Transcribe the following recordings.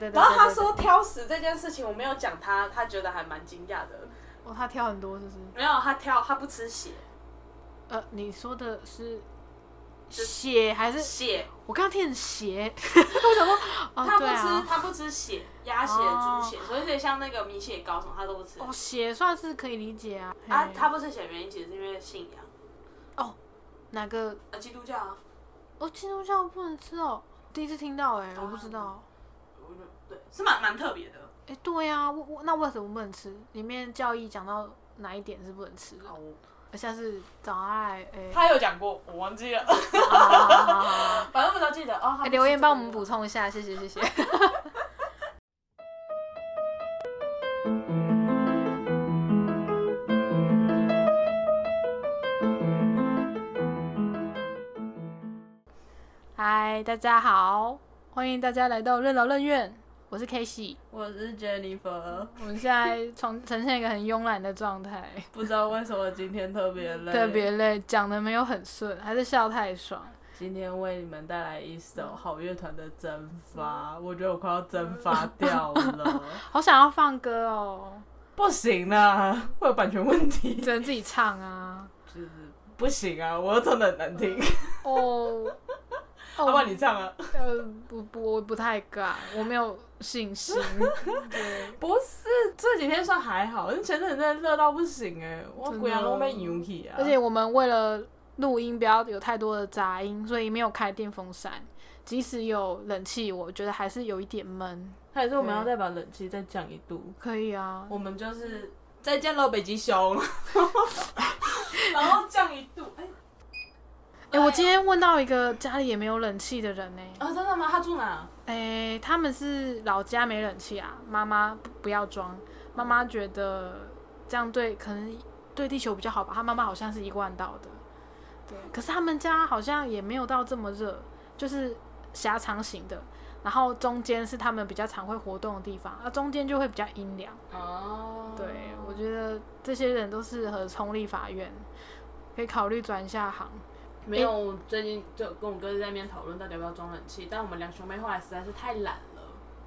对对对然后他对对说挑食这件事情，我没有讲他，他觉得还蛮惊讶的。哦，他挑很多是不是？没有，他挑他不吃血，呃，你说的是血还是？血我刚刚听成 鞋，我想说，哦，他不对吃、啊，他不吃血，鸭血、哦猪血，所以有点像那个米血糕什么他都不吃。哦，血算是可以理解啊。啊嘿，他不吃血的原因其实是因为信仰，哪个？呃，基督教啊，哦，基督教不能吃哦，第一次听到哎，我不知道。我就对，是蛮蛮特别的。。哎，对呀、啊，我我那为什么不能吃？里面教义讲到哪一点是不能吃的？而且是早爱哎 他有讲过，我忘记了，好好好好好 反正我都记得哦。他不吃哎这个留言帮我们补充一下，谢谢谢 谢。嗨，大家好，欢迎大家来到任劳任怨，我是 K 喜。我是 Jennifer，我们现在呈 呈现一个很慵懒的状态，不知道为什么今天特别累，特别累，讲的没有很顺，还是笑太爽。今天为你们带来一首好乐团的《蒸发》，我觉得我快要蒸发掉 了，好想要放歌哦，不行啦，会有版权问题，只能自己唱啊。就是不行啊，我真的很难听，哦，要哦不然你唱啊？呃，不不，我不太敢，我没有信心。 对，不是，这几天算还好，但前阵子真的热到不行哎、我真的鬼阳都被牛气啊，而且我们为了录音不要有太多的杂音，所以没有开电风扇。即使有冷气，我觉得还是有一点闷。还是我们要再把冷气再降一度，可以啊，我们就是再见喽，北极熊。 然后降一度，哎、哎、我今天问到一个家里也没有冷气的人呢、啊、哦真的吗？他住哪？哎、他们是老家没冷气啊，妈妈不不要装，妈妈觉得这样对可能对地球比较好吧。他妈妈好像是一贯道的，对，可是他们家好像也没有到这么热，就是狭长型的，然后中间是他们比较常会活动的地方，啊，中间就会比较阴凉。哦，对，我觉得这些人都适合冲立法院，可以考虑转一下行。没有，我最近就跟我哥在那边讨论到底要不要装冷气，但我们两兄妹后来实在是太懒了，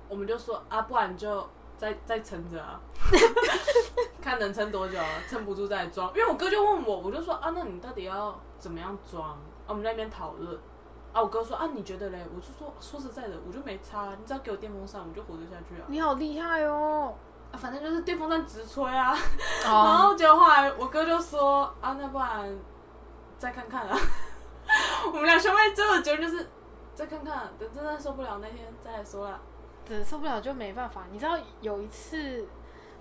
我们就说啊，不然就再再撑着啊， 看能撑多久啊，撑不住再装。因为我哥就问我，我就说啊，那你到底要怎么样装？啊，我们在那边讨论。啊，我哥说啊，你觉得嘞？我就说说实在的，我就没差，啊你只要给我电风扇，我就活得下去啊。你好厉害哦！啊反正就是电风扇直吹啊。然哦，后结果后来我哥就说啊，那不然再看看啊。 我们俩兄妹最后的结论就是再看看，等真的受不了那天再来说啦。只受不了就没办法。你知道有一次，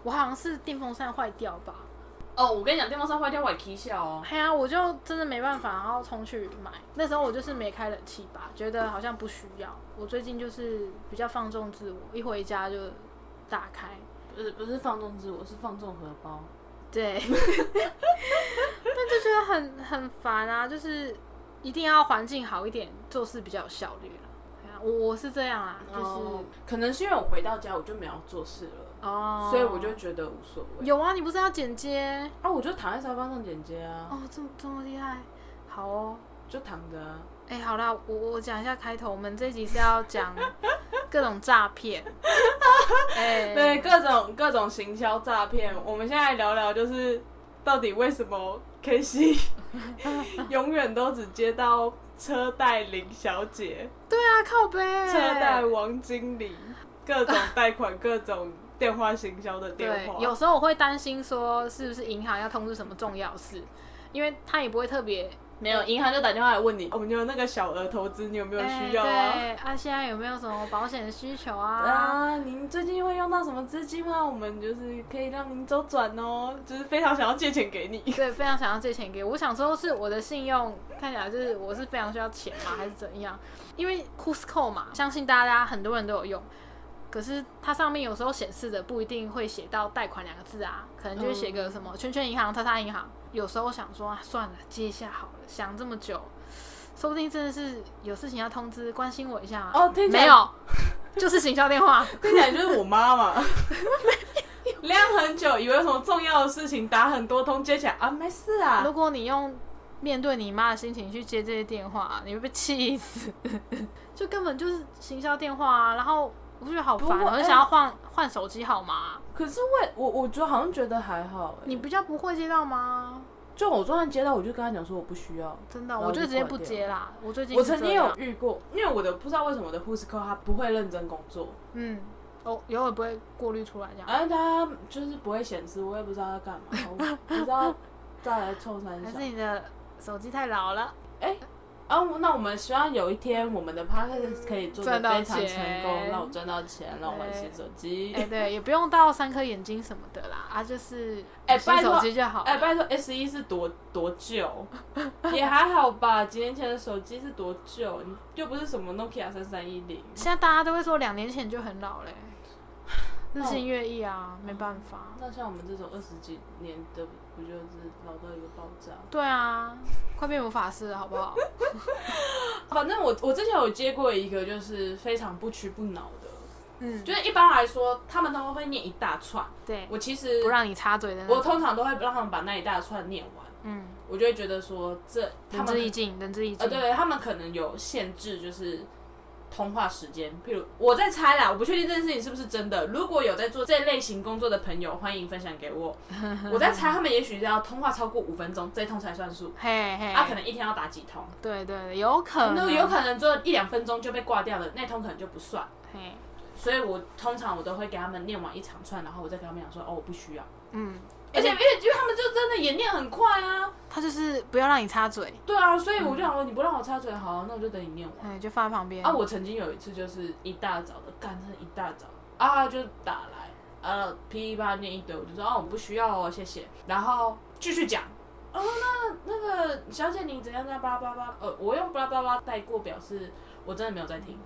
我好像是电风扇坏掉吧？哦，我跟你讲，电风扇坏掉我也啼笑哦。哎呀，我就真的没办法，然后冲去买。那时候我就是没开冷气吧，觉得好像不需要。我最近就是比较放纵自我，一回家就打开。不是不是放纵自我，是放纵荷包。对， 但就觉得很很烦啊，就是一定要环境好一点，做事比较有效率了。哎呀我我是这样啊，就就是、是可能是因为我回到家我就没有做事了，哦，所以我就觉得无所谓。有啊，你不是要剪接啊，我就躺在沙发上剪接啊，哦，这么这么厉害，好哦。就躺着啊。哎、好啦，我我讲一下开头，我们这集是要 讲各种诈骗。哎、对，各种各种行销诈骗，我们现在聊聊就是到底为什么 K C 永远都只接到车贷林小姐、对啊，靠背、欸车贷王经理、各种贷款、各种电话行销的电对话，，有时候我会担心说，是不是银行要通知什么重要事，因为他也不会特别没有银行就打电话来问你，我们有那个小额投资，你有没有需要啊？哎对啊，现在有没有什么保险的需求啊？啊，您最近会用到什么资金吗？我们就是可以让您周转哦，就是非常想要借钱给你。对，非常想要借钱给我，我想说是我的信用看起来就是我是非常需要钱嘛，还是怎样？因为 Cusco 嘛，相信大家很多人都有用，可是它上面有时候显示的不一定会写到贷款两个字啊，可能就是写个什么圈圈银行、叉叉银行。有时候想说、啊、算了，借一下好了，想这么久，说不定真的是有事情要通知关心我一下、啊。哦听起来没有，就是行销电话。听起来就是我妈 嘛。晾很久，以为有什么重要的事情，打很多通，接起来啊，没事啊如。果你用面对你妈的心情去 接这些电话，你会被气死。就根本就是行销电话啊，然后我就觉得好烦不哦，过我哎就想要换换手机号码。可是为我，我觉得好像觉得还好、欸。哎你比较不会接到吗？就我昨天接到，我就跟他讲说我不需要。真的，然后我就就直接挂不掉接啦。我最近我是曾这经有样，遇过，因为我的不知道为什么我的护士科他不会认真工作，嗯，啊哦，偶尔不会过滤出来这样，而他就是不会显示，我也不知道他干嘛， 我不知道再来凑三还小是。啊你的手机太老 了？啊，那我们希望有一天我们的 p o d c a s 可以做的赚到非常成钱功，让我赚到钱，让我买新手机哎、。对，也不用到三颗眼睛什么的啦，啊，就是哎新拜手托机就好了。哎、拜托，S 一是多多久？ 也还好吧。几年前的手机是多久？又不是什么 Nokia 三三一零。现在大家都会说两年前就很 老嘞、日那我新月异啊，没办法。那像我们这种二十几年的，不就是老到一个爆炸？对啊，快变魔法师了，好不 好？反正我我之前有接过一个，就是非常不屈不挠的，嗯，就是一般来说他们都会念一大串。对，我其实不让你插嘴的那我种。通常都会让他们把那一大串念完，嗯，我就会觉得说这他仁至义们尽，仁至义呃尽。对他们可能有限制，就是。通话时间，譬如我在猜啦，我不确定这件事情是不是真的。如果有在做这类型工作的朋友，欢迎分享给 我。我在猜，他们也许要通话超过五分钟，这一通才算数。嘿嘿，啊，可能一天要打几通，对对对，有可能，哦那有可能只有一两分钟就被挂掉了，那通可能就不算。嘿，所以我通常我都会给他们念完一长串，然后我再跟他们讲说，哦，我不需要。嗯，而且因为因为他们就真的演练很快啊，他就是不要让你插嘴，对啊，所以我就想说，你不让我插嘴，好，那我就等你念完。哎，就放在旁边。啊，我曾经有一次就是一大早的，干，真的一大早啊，就打来，呃，噼里啪啦念一堆，我就说哦，我不需要哦，谢谢，然后继续讲。哦，那那个小姐，你怎样在巴拉巴拉巴拉？呃，我用巴拉巴拉带过，表示我真的没有在听。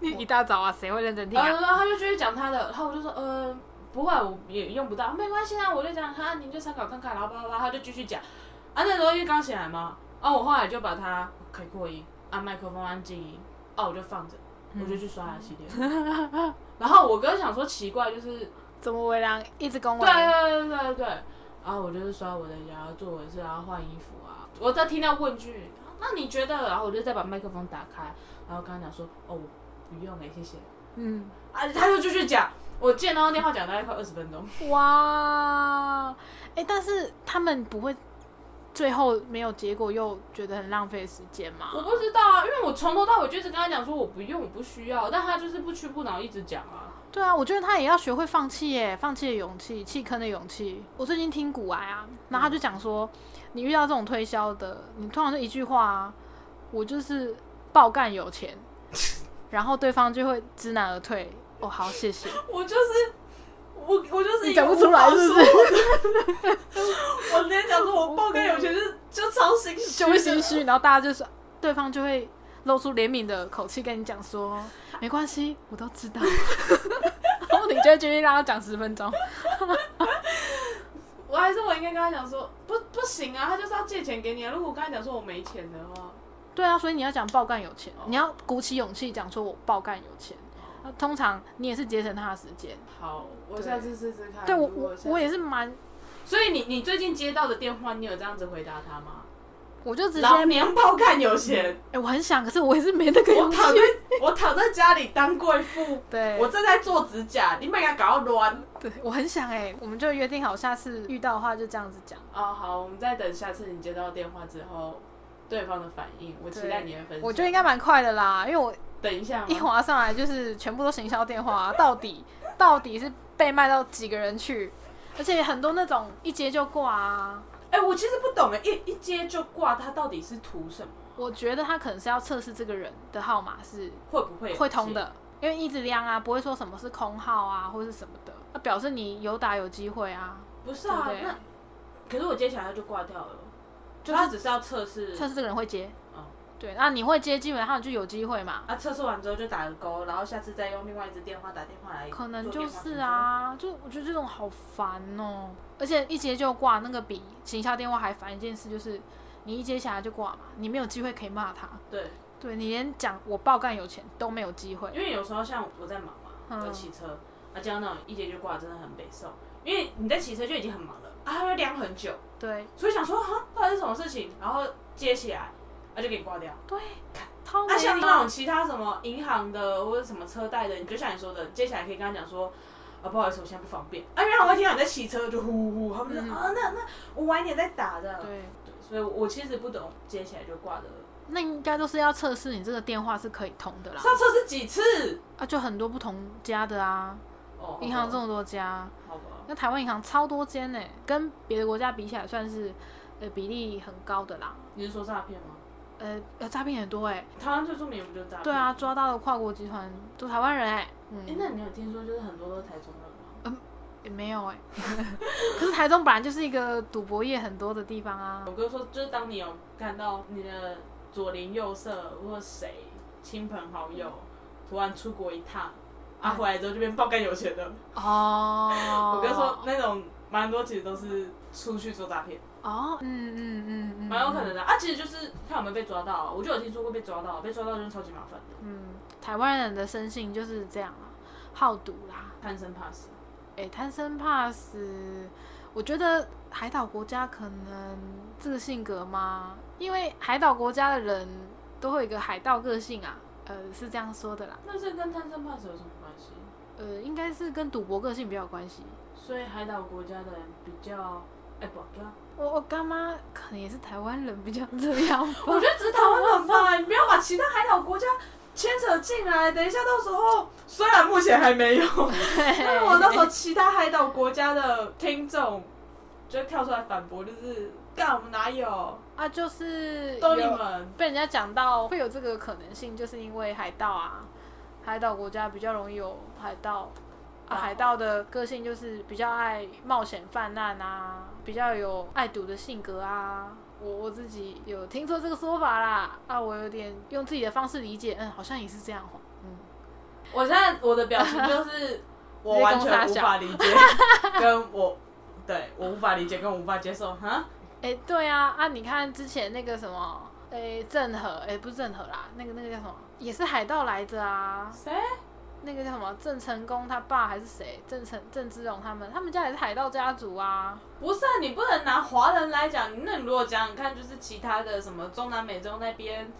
一大早啊，谁会认真听啊？呃，然后他就继续讲他的，然后我就说，呃，不会，我也用不到，没关系啊，我就讲他，你就参考看看，然后叭叭叭，他就继续讲，啊，那时候因为刚起来嘛，啊，我后来就把它开扩音，按麦克风按静音，啊，我就放着，我就去刷牙洗脸，然后我哥想说奇怪，就是怎么为难？一直恭维对。啊对对对对，然后我就是刷我的牙，做我的事，然后换衣服啊，我在听到问句，那你觉得？然后我就再把麦克风打开，然后跟他讲说，哦，我不用了，谢谢。嗯，啊，他就继续讲。我见到电话讲大概快二十分钟，哇，哎，但是他们不会最后没有结果又觉得很浪费时间吗？我不知道啊，因为我从头到尾就一直跟他讲说我不用，我不需要，但他就是不屈不挠，一直讲啊。对啊，我觉得他也要学会放弃耶，放弃的勇气，弃坑的勇气。我最近听古癌啊，然后他就讲说，你遇到这种推销的，你通常就一句话啊，我就是爆干有钱，然后对方就会知难而退。哦，好，谢 谢。我就是我，我就是你一个讲不出来是不无是？法说？我直接讲说我爆肝有钱，就是就超心虚就的，会心虚，然后大家就是对方就会露出怜悯的口气跟你讲说，没关系，我都知道。 然后你就会继续让他讲十分钟。我还是我应该跟他讲说不不行啊，他就是要借钱给你啊。如果我跟他讲说我没钱的话，对啊，所以你要讲爆干有钱，哦你要鼓起勇气讲说我爆干有钱。那呃通常你也是节省他的时间。好，我对下次试试看。对我啊如果我下次我也是蛮，所以你你最近接到的电话，你有这样子回答他吗？我就直接老哎、娘爆肝有钱。我很想，可是我也是没那个我勇气。躺在我躺在家里当贵妇，对，我正在做指甲，你别给搞到乱。 对我很想哎、我们就约定好，下次遇到的话就这样子讲。哦，好，我们再等下次你接到电话之后对方的反应，我期待你的分享。我觉得应该蛮快的啦，因为我等一下吗一滑上来就是全部都行销电话、 到底到底是被卖到几个人去？而且很多那种一接就挂啊，哎、我其实不懂哎，一一接就挂，他到底是图什么？我觉得他可能是要测试这个人的号码是会不会有会通接？的，因为一直亮啊，不会说什么是空号啊或是什么的，那表示你有打有机会啊，不是啊，对不对那可是我接起来他就挂掉了，就是他只是要测试，测试这个人会接。哦对，那你会接，基本上就有机会嘛。啊，测试完之后就打个勾，然后下次再用另外一只电话打电话来做可电话能询问，就是啊，就我觉得这种好烦哦、而且一接就挂，那个比行销电话还烦一件事，就是你一接下来就挂嘛，你没有机会可以骂他，对。对你连讲我爆干有钱都没有机会。因为有时候像我在忙嘛，嗯我骑车，啊，这样那种一接就挂，真的很北送。因为你在骑车就已经很忙了，啊，它会晾很久，对所以想说哈，到底是什么事情？然后接起来，啊，就给你挂掉。对，超那、没像那脑种其他什么银行的或者什么车贷的，你就像你说的，接下来可以跟他讲说，啊不好意思，我现在不方便。啊，然后我听到你在骑车就呼呼呼，他们就、嗯啊那那我晚一点再打的。对，对，所以我其实不懂接起来就挂的。那应该都是要测试你这个电话是可以通的啦。上车是几次？啊，就很多不同家的啊，哦，银行这种么多家，好吧，那台湾银行超多间呢、跟别的国家比起来算是呃比例很高的啦。你是说诈骗吗？呃，呃诈骗也多哎、台湾最著名不就是诈骗？对啊，抓到的跨国集团都台湾人哎、嗯，哎、那你有听说就是很多都是台中人吗？也没有哎、 可是台中本来就是一个赌博业很多的地方啊我。哥说，就是当你有看到你的左邻右舍或者谁亲朋好友突然出国一趟，啊，嗯回来之后就变爆干有钱的。哦，我哥说，那种蛮多其实都是出去做诈骗，哦，嗯嗯嗯嗯，蛮有可能的啊。其实就是看我们被抓到，啊我就有听说过被抓到，被抓到就是超级麻烦的，嗯，台湾人的生性就是这样啊，好赌啦，贪生怕死。哎、贪生怕死。我觉得海岛国家可能这个性格吗？因为海岛国家的人都会有一个海盗个性啊，呃，是这样说的啦，那这跟贪生怕死有什么关系？呃，应该是跟赌博个性比较有关系。所以海岛国家的人比较哎爱保镖。我我干妈可能也是台湾人比较这样吧。我觉得只是台湾很吧，你不要把其他海岛国家牵扯进来。等一下，到时候虽然目前还没有，但是我到时候其他海岛国家的听众就会跳出来反驳，就是干我们哪有 啊，就是都你有们被人家讲到会有这个可能性，就是因为海盗啊，海岛国家比较容易有海盗。啊，海盗的个性就是比较爱冒险泛滥啊，比较有爱赌的性格啊。我我自己有听说这个说法啦，啊，我有点用自己的方式理解，嗯，好像也是这样哦，嗯，我现在我的表情就是我完全无法理解，跟我对我无法理解，跟我无法接受哈。哎、对啊，啊，你看之前那个什么，哎、郑和，哎、不是郑和啦，那个那个叫什么，也是海盗来着啊，谁？那个叫什么郑成功他爸还是谁？郑成郑芝龙他们，他们家也是海盗家族啊。不是啊，你不能拿华人来讲。那你如果讲，你看就是其他的什么中南美洲那边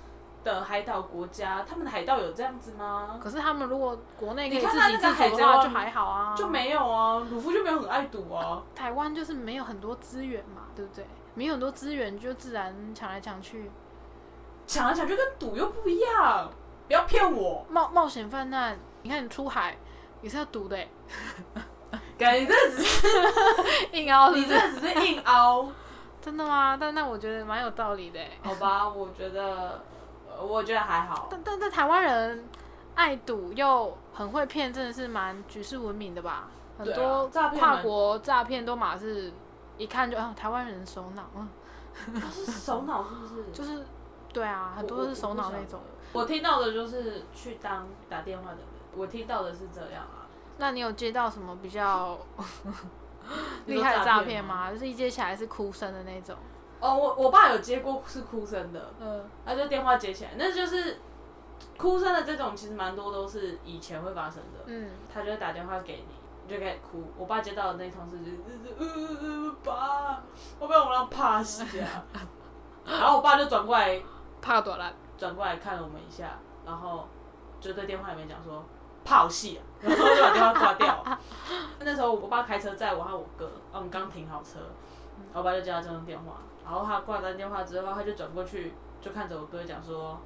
的海岛国家，他们的海盗有这样子吗？可是他们如果国内可以你看自他给那自足个的海贼话，王就还好啊。就没有啊，鲁夫就没有很爱赌啊。台湾就是没有很多资源嘛，对不对？没有很多资源，就自然抢来抢去，抢来抢去跟赌又不一样，不要骗我。冒冒险泛滥。你看你出海也是要赌的欸、感觉你这只是硬凹是你不是？这只是硬凹， 真的吗？但那我觉得蛮有道理的欸、好吧？我觉得，呃我觉得还好。但但但台湾人爱赌又很会骗，真的是蛮举世闻名的吧？很对啊多诈骗跨蛮国诈骗都马是一看就啊，台湾人首脑，嗯，他是首脑是不是？就是对啊，很多我都是首脑那种。。我我不晓得我听到的就是去当打电话的人，我听到的是这样啊。那你有接到什么比 较你厉说害的诈诈骗骗吗吗？就是一接起来是哭声的那种。哦，我我爸有接过是哭声的，嗯，他就电话接起来，那就是哭声的这种，其实蛮多都是以前会发生的。嗯，他就会打电话给你，你就开始哭。我爸接到的那一通是就是，呃呃呃，爸，我被我让怕死啊。 然后我爸就转过来怕多啦。转过来看了我们一下，然后就对电话里面讲说怕我戏啊， 然后就把电话挂掉。啊 那时候我爸开车载我和我哥，啊我们刚停好车，然后我爸就接到这通电话，然后他挂断电话之后，他就转过去就看着我哥讲说。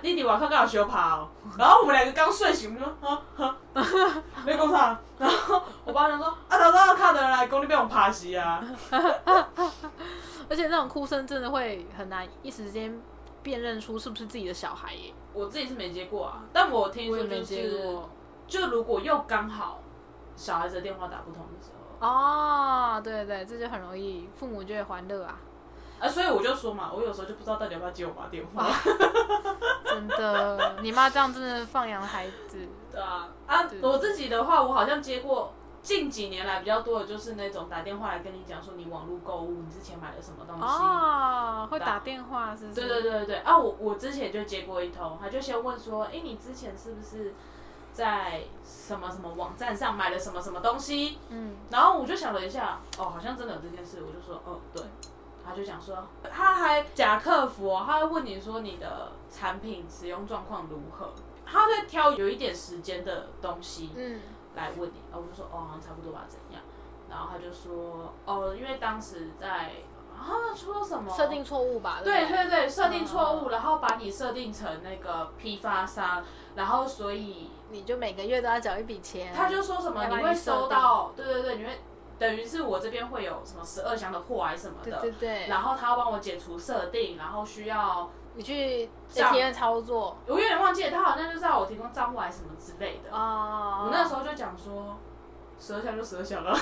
弟弟晚上刚好休趴哦， 然后我们两个刚睡醒，我们说啊啊， 没工厂。 然后我爸就说啊，早上看的人来工地被我爬死啊。而且那种哭声真的会很难一时间辨认出是不是自己的小孩耶。我自己是没接过啊，但我听我也说就没是接过。就如果又刚好小孩子的电话打不通的时候，哦，对对，这就很容易，父母就会还乐啊，啊，所以我就说嘛，我有时候就不知道到底要不要接我妈电话。真的，你妈这样真的放养孩子，对 啊，啊，我自己的话，我好像接过近几年来比较多的就是那种打电话来跟你讲说你网络购物，你之前买了什么东西。哦，会打电话是不是？对对对对对啊！我我之前就接过一通，他就先问说，哎、你之前是不是在什么什么网站上买了什么什么东西？嗯，然后我就想了一下，哦，好像真的有这件事，我就说，哦，对，他就讲说，他还假客服、哦，他会问你说你的产品使用状况如何，他在挑有一点时间的东西嗯，来问你，然后我就说哦，好像差不多吧，怎样？然后他就说哦，因为当时在啊说什么设定错误吧？对不对对对，设定错误，然后把你设定成那个批发商，然后所以你就每个月都要缴一笔钱。他就说什么要不然你会你设定收到，对对对，你会等于是我这边会有什么十二箱的货还是什么对的对，对，然后他要帮我解除设定，然后需要你去上 ATM 操作我有点忘记了，他好像就是要我提供账户还是什么之类的。啊。我那时候就讲说，十二项就十 二项了。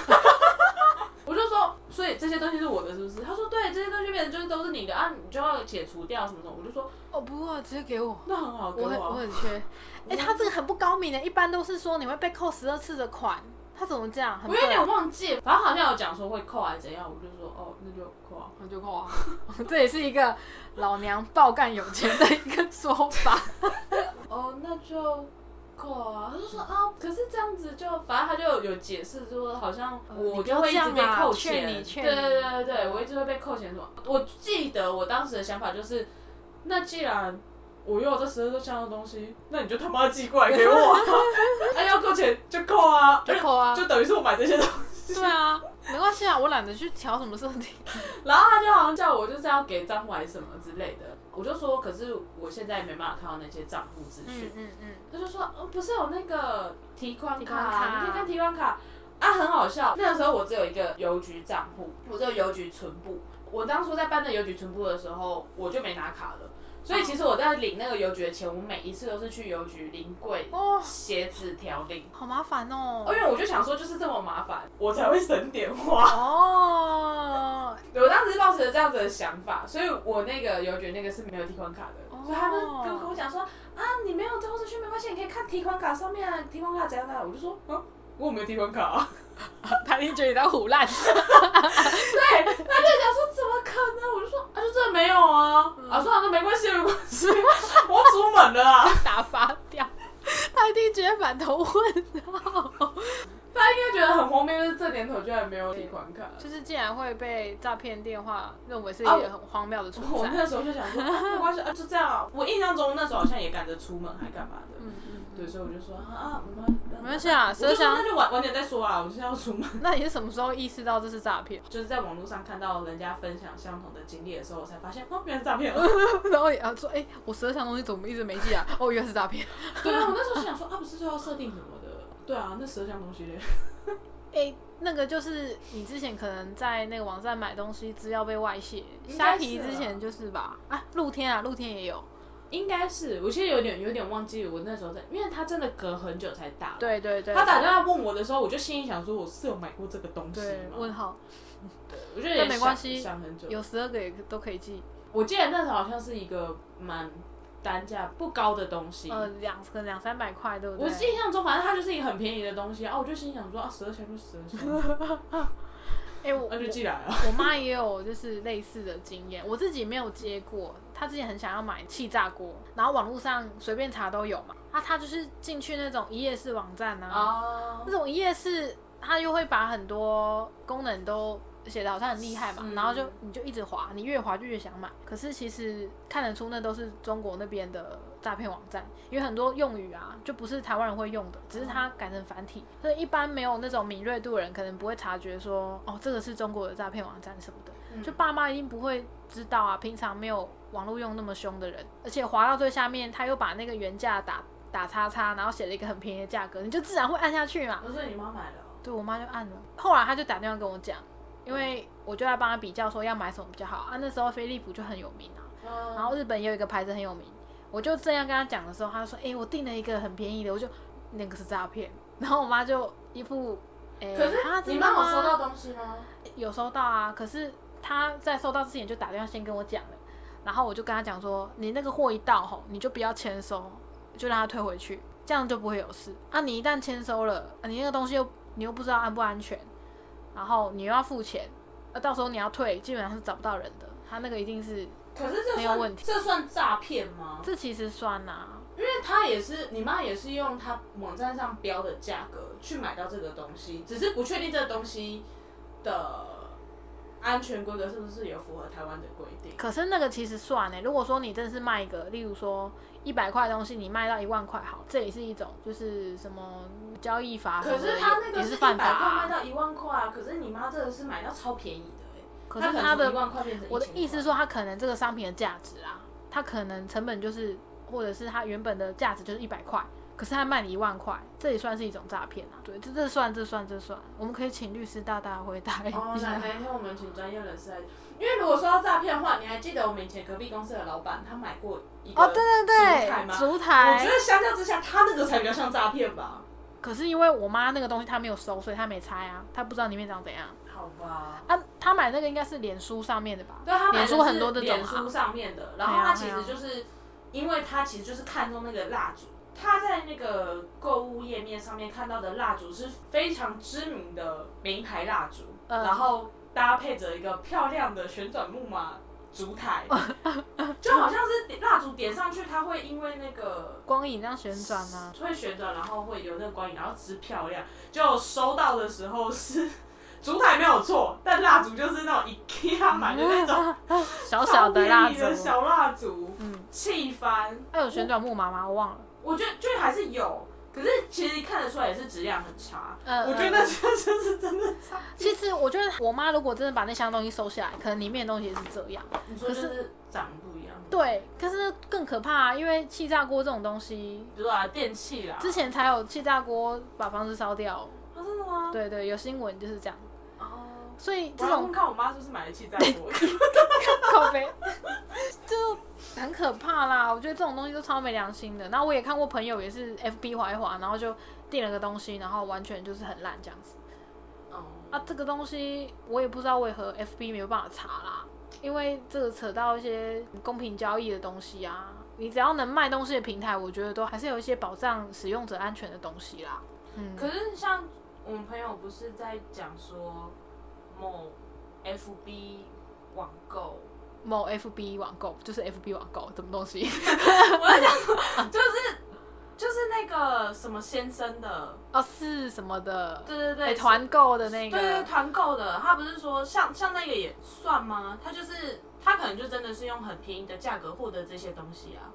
我就说，所以这些东西是我的，是不是？他说对，这些东西变成就是都是你的啊，你就要解除掉什么什么。我就说哦，不过直接给我。那很好，给我我很啊我很缺，哎、他这个很不高明的，一般都是说你会被扣十二次的款，他怎么这样？很不我有点忘记，反正好像有讲说会扣还是怎样，我就说哦，那就扣啊。我就扣啊， 这也是一个老娘爆干有钱的一个说 法。哦，那就扣啊。他就嗯说啊，可是这样子就，反正他就有解释说，好像呃你我不就要会一这直样被啦扣劝钱，你劝对你对对对对，我一直会被扣钱什么。我记得我当时的想法就是，那既然我有这十二项的东西，那你就他妈寄过来给我、 啊，那、要扣钱就扣啊，就扣啊就等于是我买这些东西。对啊，没关系啊，我懒得去调什么设定。然后他就好像叫我就是要给账户还是什么之类的，我就说，可是我现在没办法看到那些账户资讯。嗯嗯嗯，他就说，哦，不是有那个提款提卡，款卡你可以看提款卡啊，很好笑。那个时候我只有一个邮局账户，我只有邮局存部。我当初在办那邮局存部的时候，我就没拿卡了，所以其实我在领那个邮局的钱，我每一次都是去邮局临柜哦，写纸条领。好麻烦哦哦，。因为我就想说，就是这么麻烦，我才会省点花。哦，对，我当时是抱持着这样子的想法，所以我那个邮局那个是没有提款卡的，哦所以他就跟我跟我讲说啊，你没有账户资讯没关系，你可以看提款卡上面啊，提款卡怎样的，我就说嗯。我没有提款卡、啊，他一定觉得你在胡乱。 对，他就讲说怎么可能？我就说啊，就真的没有啊，嗯啊，算了，那没关系，没关系， 我要出门了啊。打发掉，他一定觉得满头问号，他应该觉得很荒谬，就是这年头居然没有提款卡。就是竟然会被诈骗电话认为是一啊个很荒谬的存我在。那时候就想说，啊、没关系啊，就这样啊。我印象中那时候好像也赶着出门，还干嘛的？嗯嗯，对，所以我就说啊，没关系，没关系啊，我蛇就说想那，就晚晚点再说啊，我现在要出门。 那你是什么时候意识到这是诈骗？就是在网络上看到人家分享相同的经历的时候，我才发现哦，原来是诈骗。 然后也要说，哎、我蛇想东西怎么一直没寄啊？哦，原来是诈骗。对啊，我那时候就想说啊，不是说要设定什么的。对啊，那十二项东西嘞。哎、那个就是你之前可能在那个网站买东西，资料被外泄，应虾该是啊皮之前就是吧？啊，露天啊，露天也有。应该是，我现在有点有点忘记我那时候在，因为他真的隔很久才打。。对对对，他打电话问我的时候，我就心里想说，我是有买过这个东西对吗？问号，我就有但点没想关系想很久。有十二个也都可以寄，我记得那时候好像是一个蛮单价不高的东西，呃，两可能两三百块，对不对？我印象中，反正它就是一个很便宜的东西啊，我就心想说啊，十二箱就十二箱，哎、我那就我寄来啊。我妈也有就是类似的经验，我自己没有接过。她之前很想要买气炸锅，然后网络上随便查都有嘛。啊，她就是进去那种一页式网站啊，哦那种一页式，它又会把很多功能都写的好像很厉害嘛，是然后就你就一直滑，你越滑就越想买。可是其实看得出那都是中国那边的诈骗网站，因为很多用语啊，就不是台湾人会用的，只是它改成繁体，嗯所以一般没有那种敏锐度的人，可能不会察觉说哦，这个是中国的诈骗网站什么的。嗯就爸妈一定不会知道啊，平常没有网络用那么凶的人，而且滑到最下面，他又把那个原价打打叉叉，然后写了一个很便宜的价格，你就自然会按下去嘛。我说你妈买了哦，对我妈就按了，后来她就打电话跟我讲，因为我就在帮她比较说要买什么比较好啊。那时候飞利浦就很有名啊，然然后日本也有一个牌子很有名，我就这样跟她讲的时候，她说：“诶，我订了一个很便宜的，我就那个是诈骗。”然后我妈就一副，诶，可啊是真你的妈有吗收到东西吗？有收到啊，可是他在收到之前就打电话先跟我讲了，然后我就跟他讲说，你那个货一到吼，你就不要签收，就让他退回去，这样就不会有事。啊，你一旦签收了，啊你那个东西又你又不知道安不安全，然后你又要付钱，啊，到时候你要退，基本上是找不到人的。他那个一定是，可是这没算有问题这算诈骗吗？这其实算啊，因为他也是，你妈也是用她网站上标的价格去买到这个东西，只是不确定这个东西的安全规格是不是有符合台湾的规定？可是那个其实算呢、欸如果说你真的是卖一个，例如说一百块的东西，你卖到一万块，好，这也是一种就是什么交易法什么可的，是他那个啊也是一犯百法、块卖啊。到一万块啊，可是你妈这个是买到超便宜的欸可它是可能他的从一万块变成我的1000意思块是说，它可能这个商品的价值啊，它可能成本就是，或者是它原本的价值就是一百块，可是它卖你一万块，这也算是一种诈骗啊。对，这这算这算这算，我们可以请律师大大回答一哦，哪下。哪一天我们请专业人士来？因为如果说到诈骗的话，你还记得我们以前隔壁公司的老板，他买过一个哦，对对烛台吗对，烛我觉台。得相较之下，他那个才比较像诈骗吧？可是因为我妈那个东西她没有收，所以她没拆啊，她不知道里面长怎样好吧。啊。她买那个应该是脸书上面的吧？对，他买脸的书是很多这种脸书啊。上面的，然后对啊他对其实啊就是，因为他其实就是看中那个蜡烛，他在那个购物页面上面看到的蜡烛是非常知名的名牌蜡烛，嗯然后搭配着一个漂亮的旋转木马烛 台，就好像是蜡烛点上去，它会因为那个。光影这样旋转啊，会旋转，然后会有那个光影，然后只是漂亮。就收到的时候是 烛台没有错，但蜡烛就是那种 IKEA 买的那种小小的蜡烛超便宜，的小蜡烛，嗯，气翻。还有旋转木马吗？我忘了。我觉得就还是有，可是其实看得出来也是质量很差。呃，我觉得这就是真的差。其实我觉得我妈如果真的把那箱东西收下来，可能里面的东西也是这样。你说就是长得不一样，对，可是更可怕、啊，因为气炸锅这种东西，比如说啊电器啦，之前才有气炸锅把房子烧掉。啊真的吗？对对，有新闻就是这样。哦，所以我这要问种看我妈是不是买了气炸 锅。口碑就很可怕啦。我觉得这种东西都超没良心的。然后我也看过朋友也是 FB 滑一滑，然后就订了个东西，然后完全就是很烂这样子。哦，啊，这个东西我也不知道为何 FB 没有办法查啦，因为这个扯到一些公平交易的东西啊。你只要能卖东西的平台，我觉得都还是有一些保障使用者安全的东西啦。嗯，可是像我们朋友不是在讲说某 FB 网购。某 FB 网购就是 FB 网购，什么东 西？我在想说，就是就是那个什么先生的，哦，是什么的？对对诶对，哎团购的那对对个。团购的，他不是说像像那个也算吗？他就是他可能就真的是用很便宜的价格获得这些东西啊。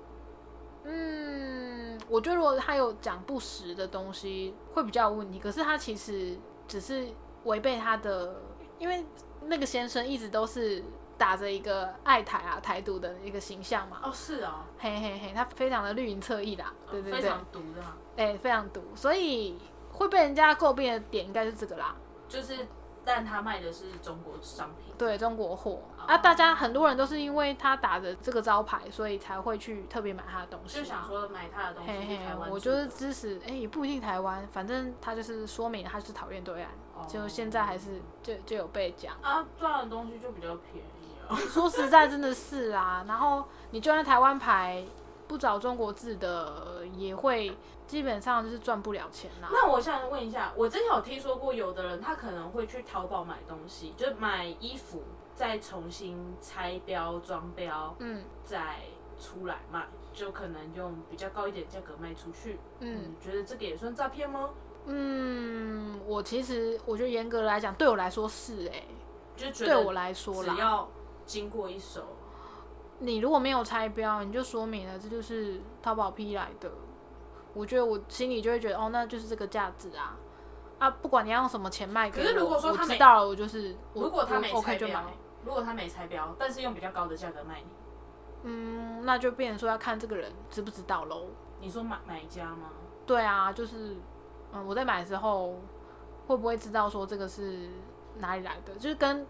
嗯，我觉得如果他有讲不实的东西，会比较有问题。可是他其实只是违背他的，因为那个先生一直都是打着一个爱台啊、台独的一个形象嘛。哦，是哦，嘿嘿嘿，他非常的绿营侧翼啦，对对非对，常毒的啊，哎、非常毒，所以会被人家诟病的点应该是这个啦。就是但他卖的是中国商品。对中国货哦啊，大家很多人都是因为他打着这个招牌，所以才会去特别买他的东西啊。就想说买他的东西嘿是嘿台，嗯湾我制就的是支持，哎、也不一定台湾，反正他就是说明他是讨厌对岸，哦。就现在还是就就有被讲啊，赚的东西就比较便宜啊。 说实在，真的是啊。然后你就算台湾牌不找中国字的，也会基本上就是赚不了钱啦、那我想问一下，我之前有听说过，有的人他可能会去淘宝买东西，就是买衣服，再重新拆标、装标，嗯再出来卖，就可能用比较高一点价格卖出去。嗯你觉得这个也算诈骗吗？嗯，我其实我觉得严格来讲，对我来说是哎、就觉对得我来说只啦，要经过一手，你如果没有拆标，你就说明了这就是淘宝批来的。我觉得我心里就会觉得，哦，那就是这个价值啊啊！不管你要用什么钱卖给我，可是如果说我他没知道了，我就是我如果他没我拆 OK 就标欸买，，如果他没拆标，但是用比较高的价格卖你，嗯，那就变成说要看这个人知不知道喽。你说买买家吗？对啊，就是嗯，我在买的时候会不会知道说这个是哪里来的？就是跟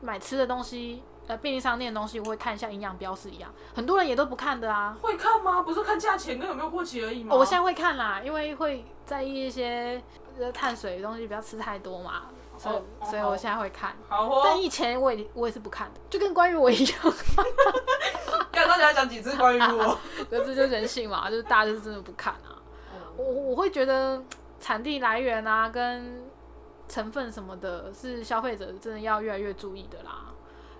买吃的东西，呃，便利商店的东西，我会看一下营养标示一样。很多人也都不看的啊。会看吗？不是看价钱跟有没有过期而已吗？哦，我现在会看啦，因为会在意一些呃碳水的东西，不要吃太多嘛，所以、哦哦所以我现在会看。好哦，但以前我也我也是不看的，就跟关于我一样， 刚刚你要讲几次关于我？可是就人性嘛，就是大家就是真的不看啊。我我会觉得产地来源啊，跟成分什么的，是消费者真的要越来越注意的啦。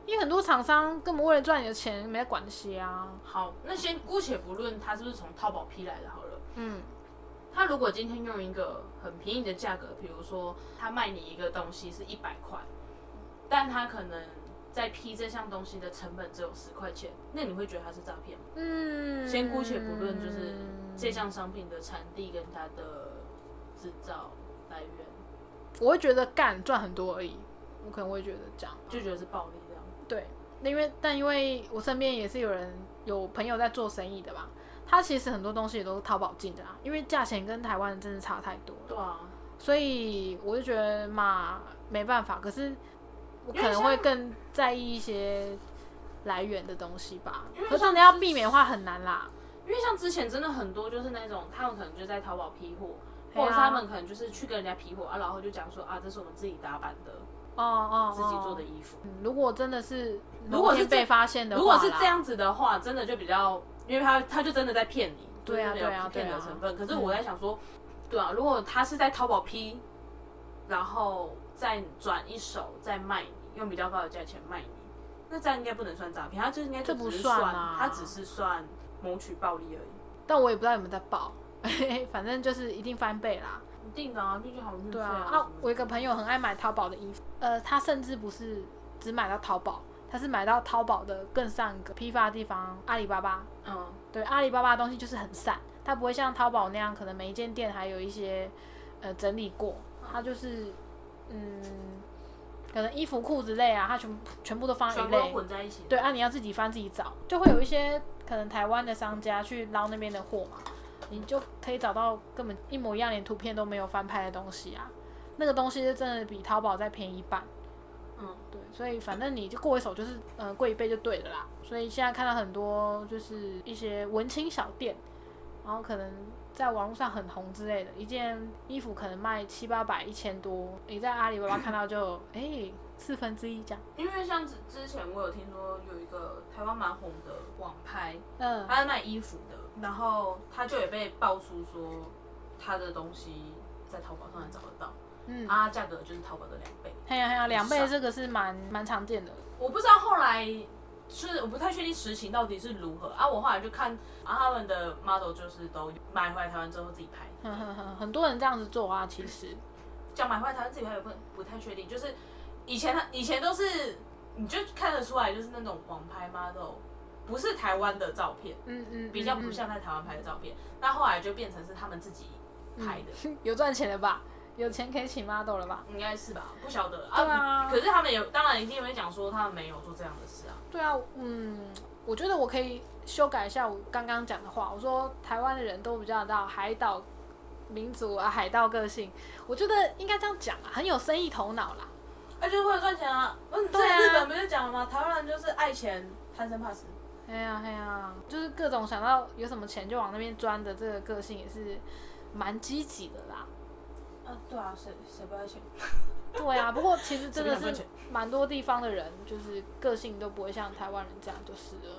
因为很多厂商根本为了赚你的钱没在管这些啊。好，那先姑且不论他是不是从淘宝批来的好了。嗯，他如果今天用一个很便宜的价格，比如说他卖你一个东西是一百块，但他可能在批这项东西的成本只有十块钱，那你会觉得它是诈骗吗？嗯，先姑且不论，就是这项商品的产地跟它的制造来源，我会觉得干赚很多而已，我可能会觉得这样。就觉得是暴利这样。对，那因为但因为我身边也是有人有朋友在做生意的嘛，他其实很多东西也都是淘宝进的啊，因为价钱跟台湾真的差太多了，对啊，所以我就觉得嘛没办法，可是我可因为能像会更在意一些来源的东西吧因为，可是像真的要之避免的话很难啦。因为像之前真的很多就是那种他们可能就在淘宝批货，对啊或者是他们可能就是去跟人家批货啊，然后就讲说啊，这是我们自己打版的，哦哦，自己做哦的衣服。嗯如果真的是如某果是天这被发现的话，如果是这，样子的话，真的就比较，因为他他就真的在骗你，对啊就是有对啊骗你的对啊成分。可是嗯我在想说，对啊，如果他是在淘宝批，然后再转一手再卖你，用比较高的价钱卖你，那这样应该不能算诈骗，他就应该这就不只是算算，啊他只是算谋取暴利而已。但我也不知道有没有在报， 反正就是一定翻倍啦。一定的啊，毕竟好运费对啊，什啊么，我有一个朋友很爱买淘宝的衣服，呃，他甚至不是只买到淘宝，他是买到淘宝的更上一个批发的地方阿里巴巴。嗯，对，阿里巴巴的东西就是很散，它不会像淘宝那样，可能每一间店还有一些呃整理过，它就是嗯，可能衣服、裤子类啊，它全部全部都放在一全部都类。混在一起。对啊，你要自己翻自己找，就会有一些可能台湾的商家去捞那边的货嘛，你就可以找到根本一模一样，连图片都没有翻拍的东西啊。那个东西就真的比淘宝再便宜一半，嗯，对，所以反正你就过一手就是，嗯、过一倍就对了啦。所以现在看到很多就是一些文青小店，然后可能在网络上很红之类的，一件衣服可能卖七八百、一千多，你在阿里巴巴看到就 哎、四分之一这样，因为像之之前我有听说有一个台湾蛮红的网拍，嗯、他是卖衣服的，然后他就也被爆出说他的东西在淘宝上也找得到，嗯，啊，价格就是淘宝的两倍。嘿呀嘿呀，两倍上这个是蛮蛮常见的。我不知道后来是我不太确定实情到底是如何啊，我后来就看啊他们的 model 就是都买回来台湾之后自己拍，哼嗯哼哼，很多人这样子做啊，其实，讲买回来台湾自己拍也不不太确定，就是以前他以前都是你就看得出来就是那种网拍 model 不是台湾的照片。嗯嗯，比较 不像在台湾拍的照片，那后来就变成是他们自己拍的，嗯嗯有赚钱了吧？有钱可以请 model 了吧？应该是吧？不晓得对啊可是他们有，当然一定会讲说他们没有做这样的事啊。对啊，嗯，我觉得我可以修改一下我刚刚讲的话，我说台湾的人都比较到海岛民族啊，海盗个性，我觉得应该这样讲啊，很有生意头脑啦。而且为了赚钱啊，嗯，对啊在日本不就讲了吗？台湾人就是爱钱，贪生怕死。哎呀哎呀，就是各种想到有什么钱就往那边钻的这个个性也是蛮积极的啦。啊，对啊，谁谁不爱钱？对啊，不过其实真的随便是蛮多地方的人，就是个性都不会像台湾人这样，就是了。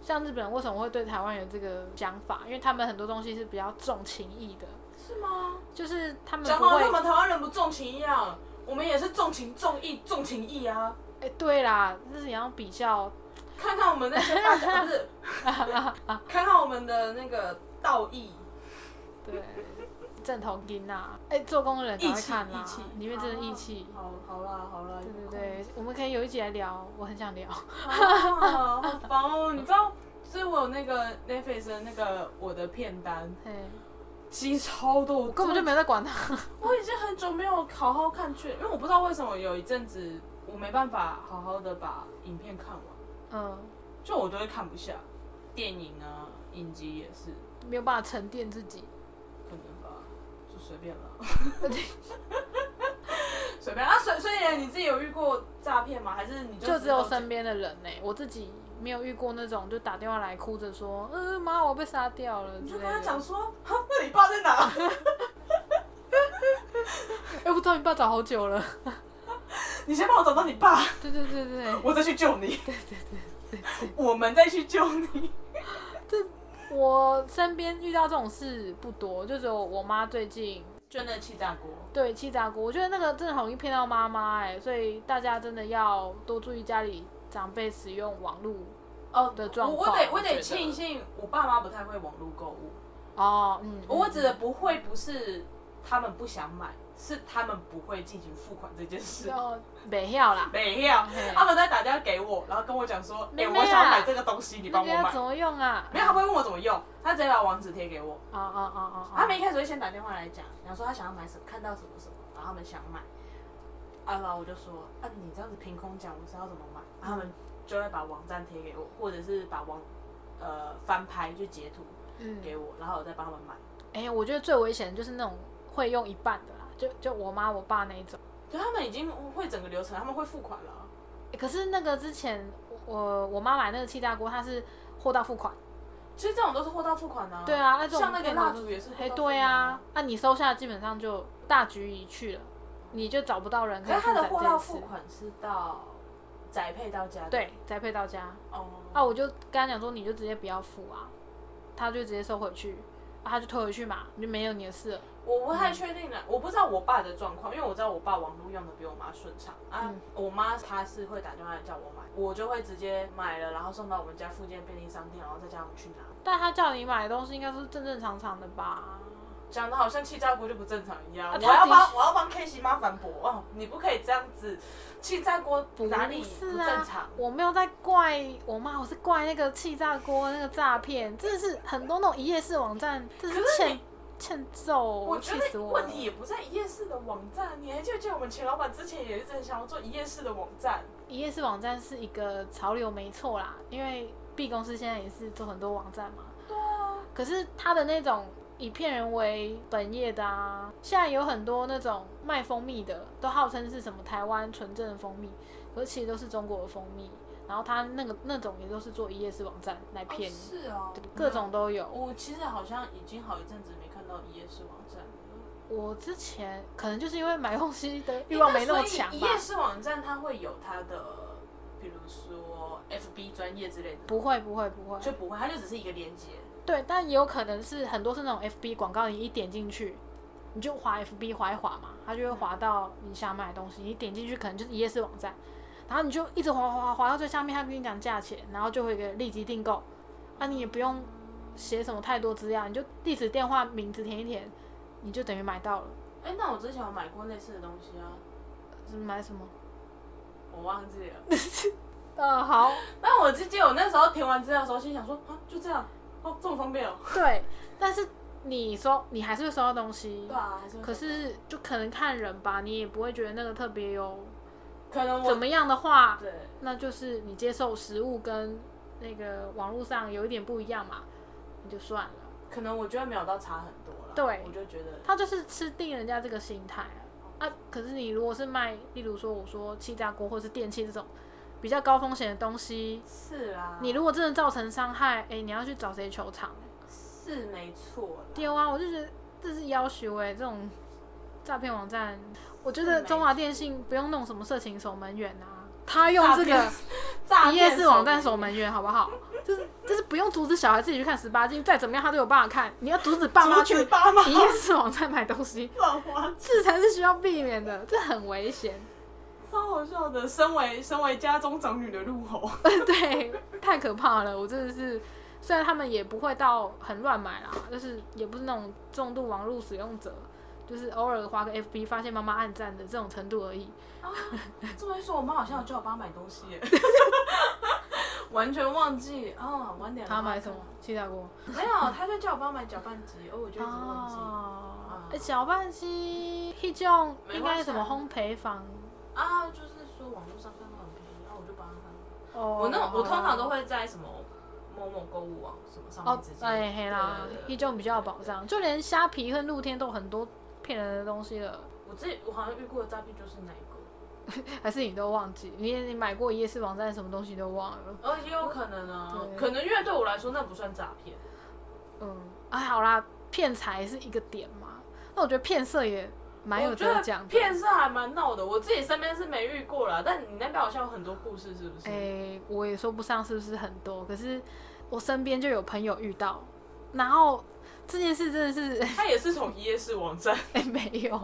像日本人为什么会对台湾人这个想法？因为他们很多东西是比较重情义的，是吗？就是他们讲不好会像我们台湾人不重情一样，我们也是重情重义重情义啊。哎、对啦，就是你要比较，看看我们那些大家不 是，看看我们的那个道义。对，正头筋呐，哎、做工的人才会看啦义气义，哦气里面真的义气。好好啦好啦，对对对，我们可以有一集来聊，我很想聊。啊， 好烦哦！你知道，就是我有那个 Netflix 的那个我的片单，嘿，其实超多，我我根本就没有在管他。我已经很久没有好好看剧，因为我不知道为什么有一阵子我没办法好好的把影片看完，嗯，就我都会看不下。电影啊，影集也是，没有办法沉淀自己。可能吧，就随便了。 随便啊，所所以你自己有遇过诈骗吗？还是你就就只有身身边的人呢、我自己没有遇过那种就打电话来哭着说，嗯妈我被杀掉了你之就类跟他讲的。 说，哈，那你爸在哪？ 哎、我找你爸找好久了。你先帮我找到你爸，对对对对，我再去救你。对对对对 我们再去救你。我身边遇到这种事不多，就只有我妈最近就那气炸锅，对气炸锅，我觉得那个真的很容易骗到妈妈哎，所以大家真的要多注意家里长辈使用网络哦的状我况。我得我得觉庆幸我爸妈不太会网络购物。哦，嗯，我指的不会不是他们不想买，是他们不会进行付款这件事。就北票啦，没啊有嘿，他们在打电话给我，然后跟我讲说，哎、啊妹妹啊我想买这个东西，你那帮个我买要。怎么用啊？没有，他不会问我怎么用，他直接把网址贴给我。哦哦哦哦，哦他们一开始会先打电话来讲，然后说他想要买什么，看到什么什么，然后他们想买。啊，然后我就说，啊，你这样子凭空讲，我知道怎么买。然后他嗯们就会把网站贴给我，或者是把网呃翻拍就截图嗯，给我，然后我再帮他们买。哎、我觉得最危险的就是那种会用一半的啦，就就我妈我爸那一种。就他们已经会整个流程，他们会付款了。欸可是那个之前我我妈买那个气炸锅，它是货到付款。其实这种都是货到付款啊。对啊，那种像那个蜡烛也是货哎、到付款对啊，，那、你收下基本上就大局已去了，你就找不到人可可是以负责他这的件事。货到付款是到宅配到家的。对，宅配到家。哦，啊，我就跟他讲说，你就直接不要付啊，他就直接收回去，啊、他就退回去嘛，就没有你的事了。我不太确定了，我不知道我爸的状况，因为我知道我爸网络用的比我妈顺畅啊。嗯我妈她是会打电话来叫我买，我就会直接买了，然后送到我们家附近的便利商店，然后再叫他们去拿。但他叫你买的东西应该都是正正常常的吧？讲的好像气炸锅就不正常一样，啊我他要的帮确我要帮 K 媳妈反驳哦，你不可以这样子，气炸锅哪里不是正啊常？，我没有在怪我妈，我是怪那个气炸锅那个诈骗，真的是很多那种一夜式网站，这是可是欠你欠揍，哦我气觉死得我问了！题也不在一页式的网站，你还记不记得我们前老板之前也一直很想要做一页式的网站？一夜式网站是一个潮流，没错啦，因为 B 公司现在也是做很多网站嘛。对啊，可是他的那种以骗人为本业的啊，现在有很多那种卖蜂蜜的，都号称是什么台湾纯正的蜂蜜，可是其实都是中国的蜂蜜。然后他那个那种也都是做一夜式网站来骗你，是哦对各种都有。我其实好像已经好一阵子没看到一页式网站了，我之前可能就是因为买东西的欲望没那么强一吧，页式网站它会有它的，比如说 FB 专业之类的，不会不会不会，就不会，它就只是一个连接。对，但也有可能是很多是那种 FB 广告，你一点进去，你就滑 FB 滑一滑嘛，它就会滑到你想买的东西，你点进去可能就是一页式网站，然后你就一直滑滑滑滑到最下面，它跟你讲价钱，然后就会有一个立即订购，啊，你也不用写什么太多资料，你就地址、电话、名字填一填，你就等于买到了。哎，那我之前有买过类似的东西啊，是买什么？我忘记了。 呃，好，但我就记得我那时候填完资料的时候，心想说啊，就这样，哦，这么方便哦。对，但是你收，你还是会收到东西。对啊，还是会可是就可能看人吧，你也不会觉得那个特别有可能怎我么样的话，对。那就是你接受食物跟那个网络上有一点不一样嘛，你就算了。可能我觉得没有到差很多了，对我就觉得他就是吃定人家这个心态啊。啊，可是你如果是卖，例如说我说气炸锅或是电器这种比较高风险的东西，是啦，你如果真的造成伤害，哎、你要去找谁求偿？是没错啦，丢啊！我就觉得这是要求哎、这种诈骗网站，我觉得中华电信不用弄什么色情守门员啊，他用这个。诈一骗夜式网站守门员，好不好？就是就是不用阻止小孩自己去看十八禁，再怎么样他都有办法看。你要阻止爸妈族去群爸妈一夜式网站买东西，乱花，这才是需要避免的，这很危险。超好笑的。身为身为家中长女的入侯， 对，太可怕了，我真的是。虽然他们也不会到很乱买啦，就是也不是那种重度网络使用者，就是偶尔划个 FB 发现妈妈暗赞的这种程度而已。 这么一说，我妈好像有叫我爸买东 西耶，完全忘记哦，晚点了他买什么？？气炸锅。没有，她就叫我爸买搅拌机，哦，我就一直忘记。啊哦，哎搅拌机，一种应该是什么烘焙坊？啊，就是说网络上看到很便宜，然后我就帮她买。哦，我那我通常都会在什么某某购物网什么上哦面直，接，哎嘿啦对对，对依旧比较有保障，就连虾皮和露天都有很多骗人的东西了，我自己我好像遇过的诈骗就是哪一个。哦还是你都忘记？你你买过夜市网站什么东西都忘了？呃，也有可能啊对，可能因为对我来说那不算诈骗，嗯，哎，好啦，骗财是一个点嘛，那我觉得骗色也蛮有我觉得得讲的。骗是还蛮闹的，我自己身边是没遇过啦，但你那边好像有很多故事，是不是？哎、我也说不上是不是很多，可是我身边就有朋友遇到，然后这件事真的是 他也是从一夜市网站哎、没有，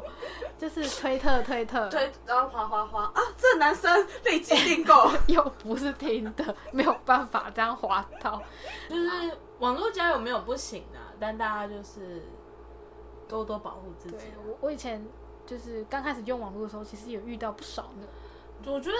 就是推特推特，推，然后哗哗哗啊，这男生立即 订购，又不是听的， 没有办法这样滑到。就是网络交友啊没有不行的，但大家就是多多保护自己对。我，我以前就是刚开始用网络的时候，其实也遇到不少的。我觉得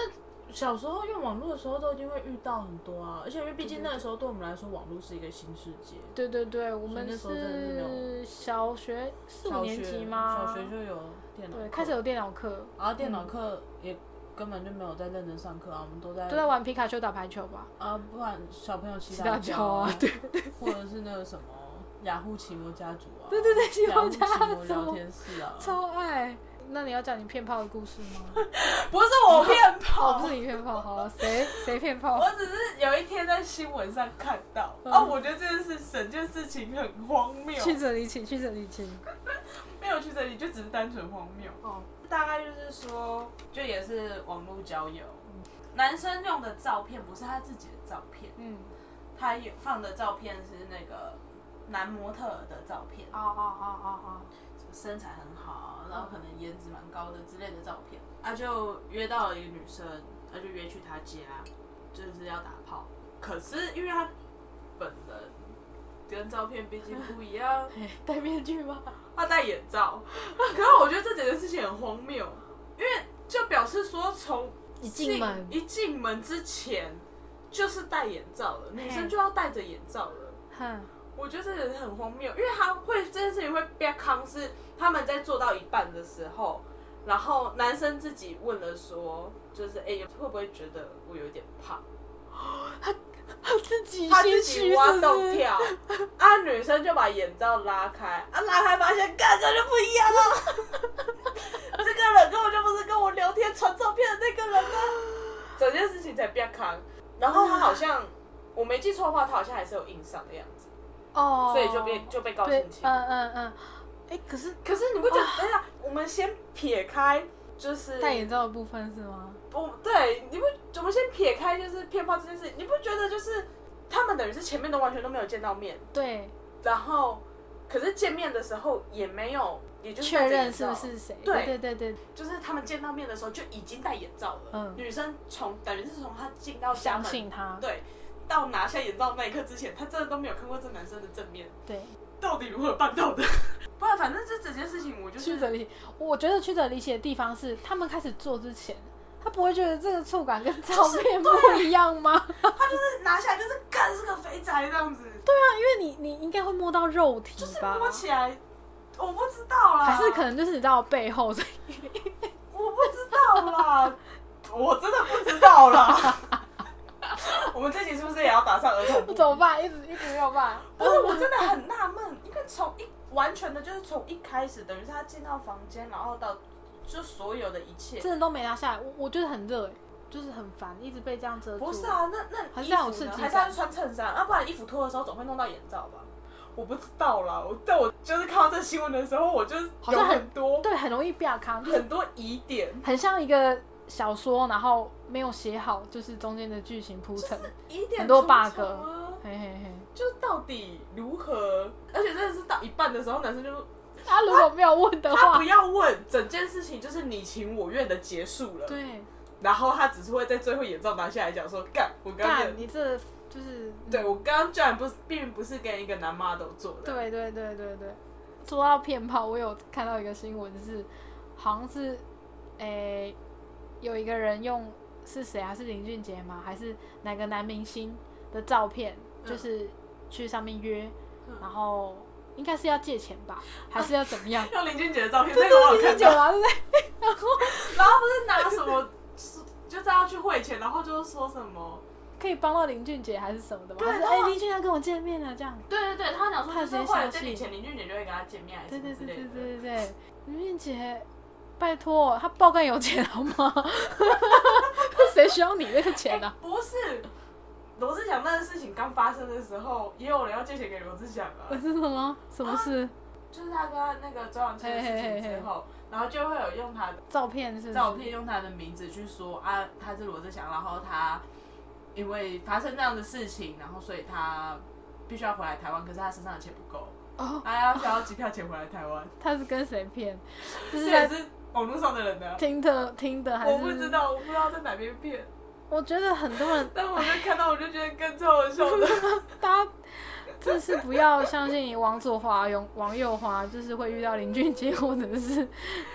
小时候用网络的时候都一定会遇到很多啊，而且因为毕竟那个时候对我们来说，网络是一个新世界。对对对，我们那时候真的是没有是小学四五小年级学吗？小学就有电脑课，对，开始有电脑课，然后电脑课也根本就没有在认真上课啊，我们都在都在玩皮卡丘打排球吧。啊，不然小朋友骑骑大脚脚啊对或者是那个什么雅虎奇摩家族啊，对对对，奇雅摩虎家族奇摩聊天室啊，超爱。那你要讲你骗炮的故事 吗？不是我骗 哦，炮，不是你骗炮，好，谁谁骗炮我？只是有一天在新闻上看到，嗯啊，我觉得这件事整件事情很荒谬，去者离情，去者离情。没有去这里，就只是单纯荒谬。哦，大概就是说，就也是网络交友。男生用的照片不是他自己的照片，嗯，他有放的照片是那个男模特儿的照片，哦哦哦哦哦，身材很好，然后可能颜值蛮高的之类的照片。他、就约到了一个女生，他就约去他家，就是要打炮。可是因为他本人跟照片毕竟不一样， 戴面具吗？他戴眼罩。 可是我觉得这整件事情很荒谬，因为就表示说从一进门一进门之前就是戴眼罩了，女生就要戴着眼罩了。哼，我觉得这个很荒谬，因为他会这件事情会被康是他们在做到一半的时候，然后男生自己问了说，就是哎、诶会不会觉得我有点胖？ 他自己他先自去己是挖不洞是？跳，啊，女生就把眼罩拉开，啊，拉开发现根本就不一样啊，这个人根本就不是跟我聊天传照片的那个人啊，整件事情才变康。然后他好像我没记错的话，他好像还是有硬上的样子，哦，所以就被就被告对性，侵。嗯嗯嗯。哎，可是可是你不觉得？等一下，我们先撇开，就是啊戴眼罩的部分是吗？不对，你不，我们先撇开就是骗炮这件事，你不觉得就是他们等于是前面都完全都没有见到面，对，然后可是见面的时候也没有，也就是确戴着认眼是不罩是？谁？对对对对，对就是他们见到面的时候就已经戴眼罩了。嗯女生从等于是从她进到家相门，信他。对，到拿下眼罩那一刻之前，她真的都没有看过这男生的正面，对，到底如何 办到的？不然反正这整件事情我就是曲折离，我觉得曲折离奇的地方是，他们开始做之前，他不会觉得这个触感跟照片不一样吗？拿下来就是干是个肥宅这样子， 因为你你应该会摸到肉体 吧？啊摸起来，我不知道啦，还是可能就是你知道背后，所以我不知道啦， 我真的不知 道啦。我们这集是不是也要打上儿童部？怎么办？一直一直没有办法。不是，我真的很纳闷，因为从一完全的就是从一开始，等于是他进到房间，然后到就所有的一切，真的都没拿下来，我我觉得很热、欸，就是很烦，一直被这样遮住。不是，啊，那那还是衣服呢要有刺激感还是要穿衬衫，要、啊不然衣服脱的时候总会弄到眼罩吧。我不知道啦，我但我就是看到这新闻的时候，我就是好有像很很多对，很容易被康，就是很多疑点，很像一个小说，然后没有写好，就是中间的剧情铺陈，疑点很多重重 bug 啊嘿嘿嘿。就到底如何？而且真的是到一半的时候，男生就说他啊如果没有问的他话不，要问，整件事情就是你情我愿的结束了。对，然后他只是会在最后眼罩拿下来讲说：“干，我刚刚干你这就是对我刚刚居然不是，并不是跟一个男 model 做的。”对对对对对，说到骗炮，我有看到一个新闻是，好像是，诶、有一个人用是谁啊？是林俊杰吗？还是哪个男明星的照片？嗯就是去上面约，然后应该是要借钱吧，还是要怎么样？用林俊杰的照片， 那对个我对，林有 看俊杰到。啊嘛，对不对？然后不是拿什么，就是要去汇钱，然后就说什么？可以帮到林俊杰还是什么的吗？还是他哎、林俊杰要跟我见面了这样。对对对，他讲说他就直接是汇了相这信笔钱，林俊杰就会跟他见面，还是对什对么之对类对对的。对对，林俊杰，拜托，他爆干有钱好吗？ 谁需要你那个钱呢、啊？不是，罗志祥那个事情刚发生的时候，也有人要借钱给罗志祥啊。哎是什么？什么事？就是他跟他那个周扬青的事情之后，然后就会有用他的照片是不是照片，用他的名字去说啊，他是罗志祥，然后他因为发生这样的事情，然后所以他必须要回来台湾，可是他身上的钱不够，哦，他要需要机票钱回来台湾，他是跟谁骗？就这 是也在是网络上的人呢。听的听的 还是？我不知。道，我不知道在哪边骗，我觉得很多人 但我就看到我就觉得更超好笑的。大家真是不要相信你往左滑、往往右滑，就是会遇到林俊杰或者是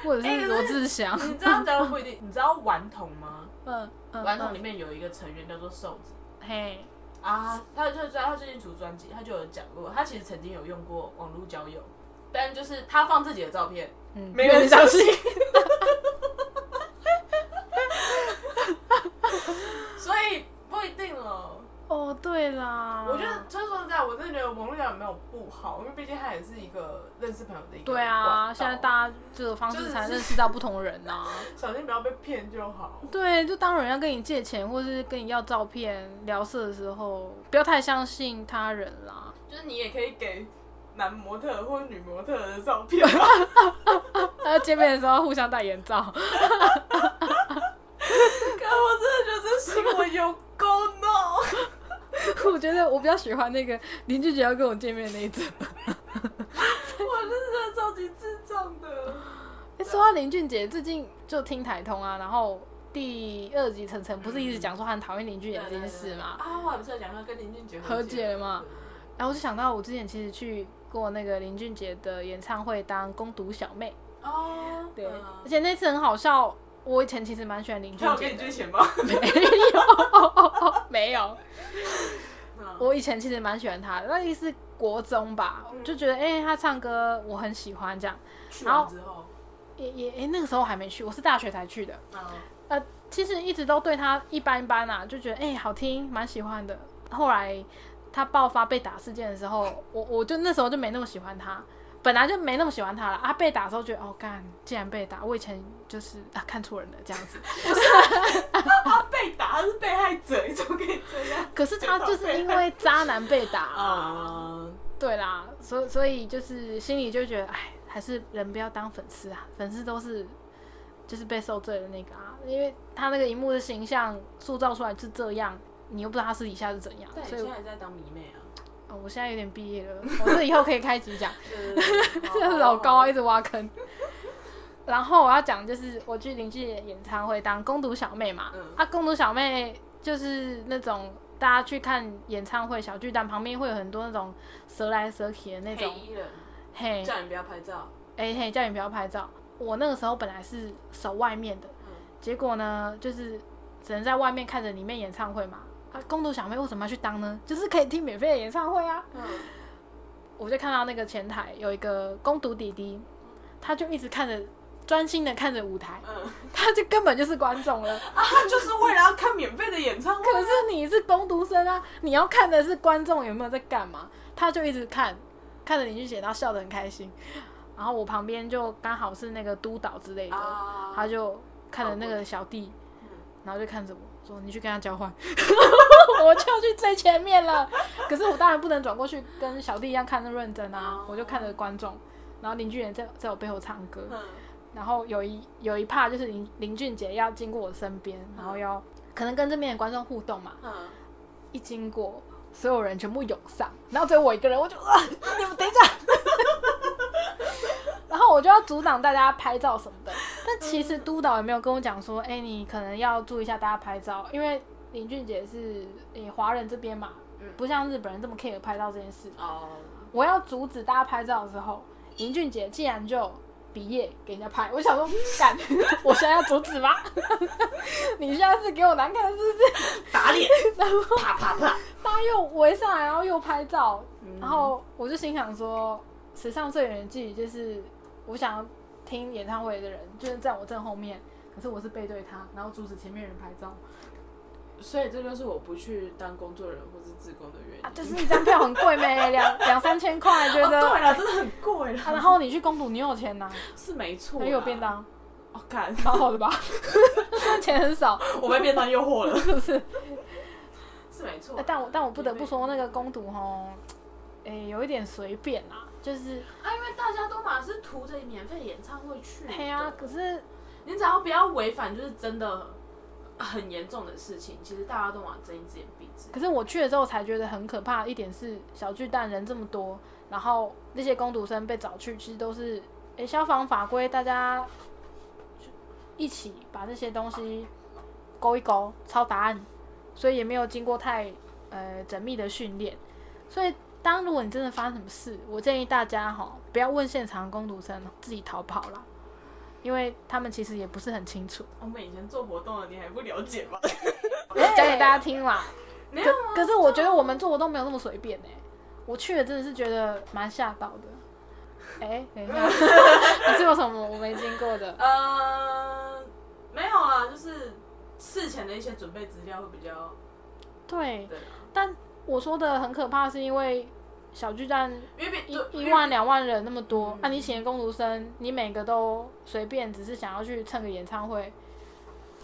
或者哎可是是罗志祥。你这样讲不一定。你知道顽童吗？嗯嗯，顽童嗯里面有一个成员叫做瘦子嘿，啊，他就他最近出专辑，他就有讲过，他其实曾经有用过网络交友，但就是他放自己的照片，嗯，没人相信。 所以不一定哦。哦，对啦，我觉得，就是说实在，我真的觉得网络交友没有不好，因为毕竟它也是一个认识朋友的一个对啊，管道现在大家这个方就式是才认识到不同人 呐、小心不要被骗就好。对，就当有人要跟你借钱或是跟你要照片聊色的时候，不要太相信他人啦。就是你也可以给男模特或女模特的照 片啊，大家见面的时候互相戴眼罩。 可我真的觉得这行为有够 no。我觉得我比较喜欢那个林俊杰要跟我见面那一 则。 我真的觉得超级智障的。欸说到林俊杰，最近就听台通啊，然后第二集晨晨不是一直讲说他很讨厌林俊杰这件事嘛，啊，我还不是有讲他跟林俊杰和解了嘛，然后我就想到我之前其实去过那个林俊杰的演唱会当攻读小妹，哦，对，嗯而且那次很好笑。我以前其实蛮喜欢林俊他有杰给你 的，捐钱吗？没有，嗯我以前其实蛮喜欢他的，那也是国中吧，就觉得哎、欸他唱歌我很喜欢这样，去然完后之后，也也哎、欸那个时候还没去，我是大学才去的，嗯呃，其实一直都对他一般般啊，就觉得哎、好听，蛮喜欢的。后来他爆发被打事件的时候，我我就那时候就没那么喜欢他，本来就没那么喜欢他了。啊，被打的时候觉得哦，干，既然被打，我以前就是啊看错人了这样子。他啊被打，他是被害者，你怎么可以这样？可是他就是因为渣男被打，啊、对啦，所以所以就是心里就觉得，哎，还是人不要当粉丝啊，粉丝都是。就是被受罪的那个啊，因为他那个荧幕的形象塑造出来是这样，你又不知道他私底下是怎样，但你所以现在在当迷妹啊？哦，我现在有点毕业了，我这以后可以开集讲，这 这老高啊哦一直挖坑。 然后我要讲就是我去邻居的演唱会当攻读小妹嘛，嗯啊，攻读小妹就是那种大家去看演唱会小巨蛋旁边会有很多那种蛇来蛇去的那黑种，衣人，嘿，叫你不要拍照，哎嘿，叫你不要拍照。我那个时候本来是守外面的，结果呢，就是只能在外面看着里面演唱会嘛。啊，攻读小妹为什么要去当呢？就是可以听免费的演唱会啊。嗯，我就看到那个前台有一个攻读弟弟，他就一直看着，专心的看着舞台，嗯 他就根本就是观众了。啊，他就是为了要看免费的演唱会，可是你是攻读生啊，你要看的是观众有没有在干嘛，他就一直看，看着林俊杰，然后笑得很开心。然后我旁边就刚好是那个督导之类的，啊他就看着那个小弟，然后就看着我说：“你去跟他交换。” 我就去最前面了，可是我当然不能转过去跟小弟一样看着认真啊哦，我就看着观众，然后林俊杰在在我背后唱歌，嗯然后有一有一趴就是林林俊杰要经过我身边，然后要可能跟这边的观众互动嘛，嗯，一经过所有人全部涌上，然后只有我一个人，我就啊，你们等一下，然后我就要阻挡大家拍照什么的。但其实督导也没有跟我讲说，哎、你可能要注意一下大家拍照，因为林俊杰是诶华人这边嘛，不像日本人这么 care 拍照这件事。哦，我要阻止大家拍照的时候，林俊杰竟然就比耶给人家拍，我想说，嗯干， 我现在要阻止吗？ 你现在是给我难看是不是？打脸， 然后啪啪啪，他又围上来，然后又拍照，然后我就心想说，史上最远的距离就是我想要听演唱会的人，就是在我正后面，可是我是背对他，然后阻止前面人拍照所以这就是我不去当工作人或是自工的原因。啊，就是一张票很贵没，两两三千块，觉哦，得、对了，真的很贵啊了，然后你去公主，你有钱拿、是没错啦，还有便当。哦，看蛮好的 吧？钱很少，我被便当诱惑了，是不是？ 是没错呃。但我但我不得不说，那个攻读吼，诶、有一点随便啊，就是啊，因为大家都嘛是图着免费演唱会去的，嘿啊，可是你只要不要违反，就是真的很严重的事情，其实大家都往睁一只眼闭一只眼。可是我去了之后才觉得很可怕的一点是，小巨蛋人这么多，然后那些攻读生被找去，其实都是诶、消防法规，大家一起把这些东西勾一勾，抄答案，所以也没有经过太呃缜密的训练，所以当如果你真的发生什么事，我建议大家哈，不要问现场工读生，自己逃跑啦，因为他们其实也不是很清楚。我们以前做活动的，你还不了解吗？讲给大家听啦。没有可是我觉得我们做活动没有那么随便呢、啊欸我去了真的是觉得蛮吓到的。哎、等一 下，你是有什么我没经过的？呃，没有啊，就是事前的一些准备资料会比较对，对啊，但我说的很可怕，是因为小巨蛋因为比对一因一为万两万人那么多，嗯那、你请的工读生，你每个都随便，只是想要去蹭个演唱会，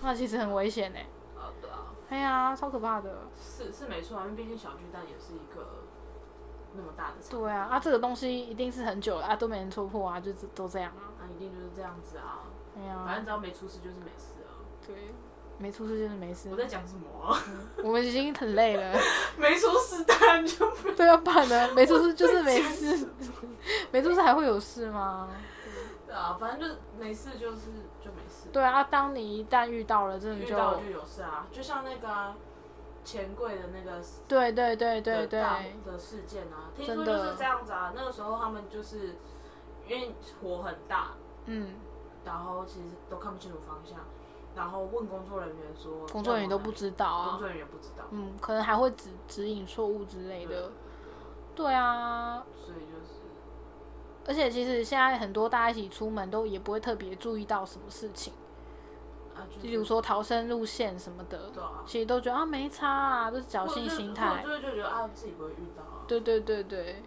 那其实很危险呢、啊对啊，哎呀，超可怕的。是是没错啊，因为毕竟小巨蛋也是一个那么大的场，对啊，啊，这个东西一定是很久了啊，都没人戳破啊，就只都这样啊。那一定就是这样子啊，哎反正呀，只要没出事就是没事啊。对，没出事就是没事我。在讲什么啊？ 我们已经很累了， 没出事当然就对啊，不然呢？没出事就是没事，没出事还会有事吗？对啊，反正就是没事就是就没事，对啊，啊当你一旦遇到了，真的遇就到了就有事啊，就像那个啊钱柜的那个对对对对的对，大的事件啊，听真说就的是这样子啊。那个时候他们就是因为火很大，嗯，然后其实都看不清楚方向，然后问工作人员说，工作人员都不知知道啊工，作人员不知道，嗯，可能还会指指引错误之类的。对啊，所以就是而且其实现在很多大家一起出门都也不会特别注意到什么事情，啊，就是例如说逃生路线什么的，对啊，其实都觉得啊没差啊，都是侥或者幸是心态或。者就是觉得啊自己不会遇到啊，对对对对，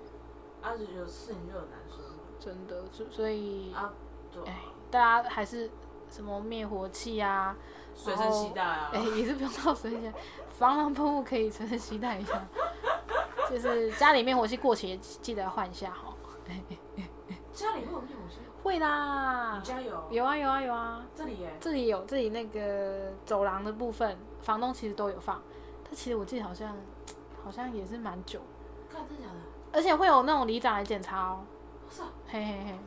啊就有事情就很难说嘛，真的，所所以啊对啊哎，大家还是什么灭火器啊，随身携带啊哎、， 也是不用到随身携带，防狼喷雾可以随身携带一下。 就是家里面火器过期，记得要换一下哈。家里会有灭火器，会啦你，家有？有啊有啊有啊，这里耶，这里有这里那个走廊的部分，房东其实都有放，但其实我记得好像好像也是蛮久，看真的假的？而且会有那种里长来检查哦。是啊，嘿嘿嘿，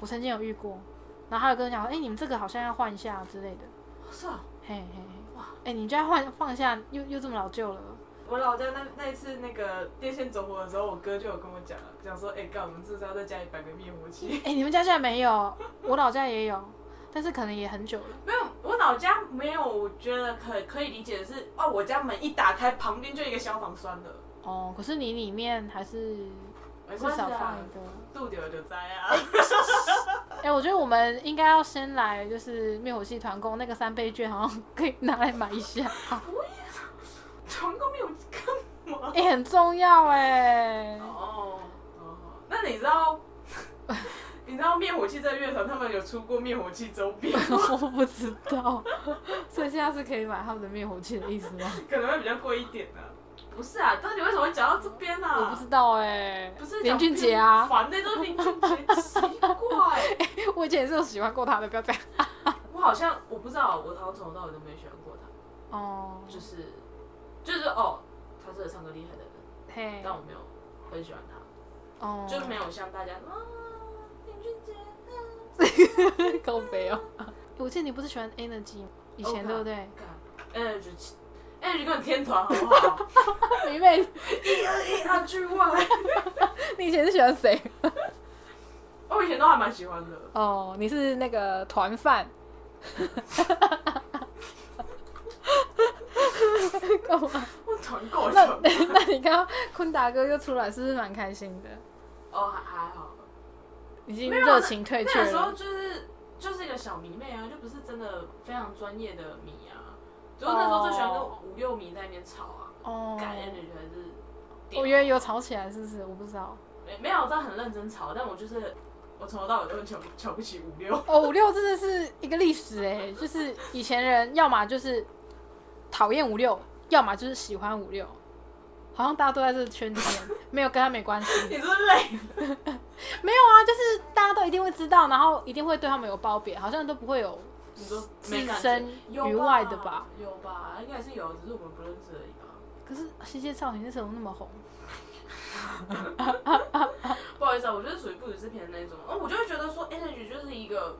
我曾经有遇过，然后他有跟我讲说，哎、你们这个好像要换一下之类的。是啊。嘿嘿嘿，哇哇，哎、你家换换一下，又又这么老旧了。我老家那那一次那个电线走火的时候，我哥就有跟我讲，讲说，哎、干，我们是不是要在家里摆个灭火器？哎、你们家现在没有，我老家也有，但是可能也很久了。 没有，我老家没有，我觉得可可以理解的是，哦，我家门一打开，旁边就一个消防栓了，哦，可是你里面还是没至关系少啊放一，个。度丢就栽啊！哎、我觉得我们应该要先来就是灭火器团购那个三倍券，好像可以拿来买一 下，床工没有干嘛？哎、很重要哎、 哦，哦，那你知 道，你知道灭火器这个乐团他们有出过灭火器周 边，我不知道，所以现在是可以买他们的灭火器的意思吗？可能会比较贵一点呢、不是啊，但是你为什么会讲到这边啊呢、我不知道哎、不是林讲俊杰啊，烦的都是林俊杰，奇怪， 我以前也是有喜欢过他的，不要这样。我好像我不知道，我好像从头到尾都没喜欢过他，哦，就是就是哦，他是个唱歌厉害的人，嘿，但我没有很喜欢他。哦，就没有像大家啊，林俊杰啊，够肥哦。 我记得你不是喜欢 Energy 吗以前对 OK 不啊对？哎，就哎，就跟天团好不好？ 你妹，他之外，你以前是喜欢谁？ 我以前都还蛮喜欢的。哦，你是那个团饭。干嘛？我团购那的那你看到坤达哥又出来，是不是蛮开心的？哦，还还好。已经没有热情退却那个时候了。就是就是一个小迷妹啊，就不是真的非常专业的迷啊。所以我那时候最喜欢跟哦五六迷在那边吵啊，哦，感恩的觉得是屌。我觉得有吵起来，是不是？我不知道。没没有，但很认真吵，但我就是我从头到尾都很瞧不瞧不起 五六。哦，五六真的是一个历史哎、就是以前人要么就是讨厌五六，要么就是喜欢五六，好像大家都在这个圈里面，没有跟他没关系。你是不是累？没有啊，就是大家都一定会知道，然后一定会对他们有褒贬，好像都不会有你说置没感觉身有于外的吧？？有吧，应该是有，只是我们不认识而已吧。可是《西街少女》那时候那么红，不好意思啊，我就是属于不予置评的那种。哦，我就会觉得说，Energy 就是一个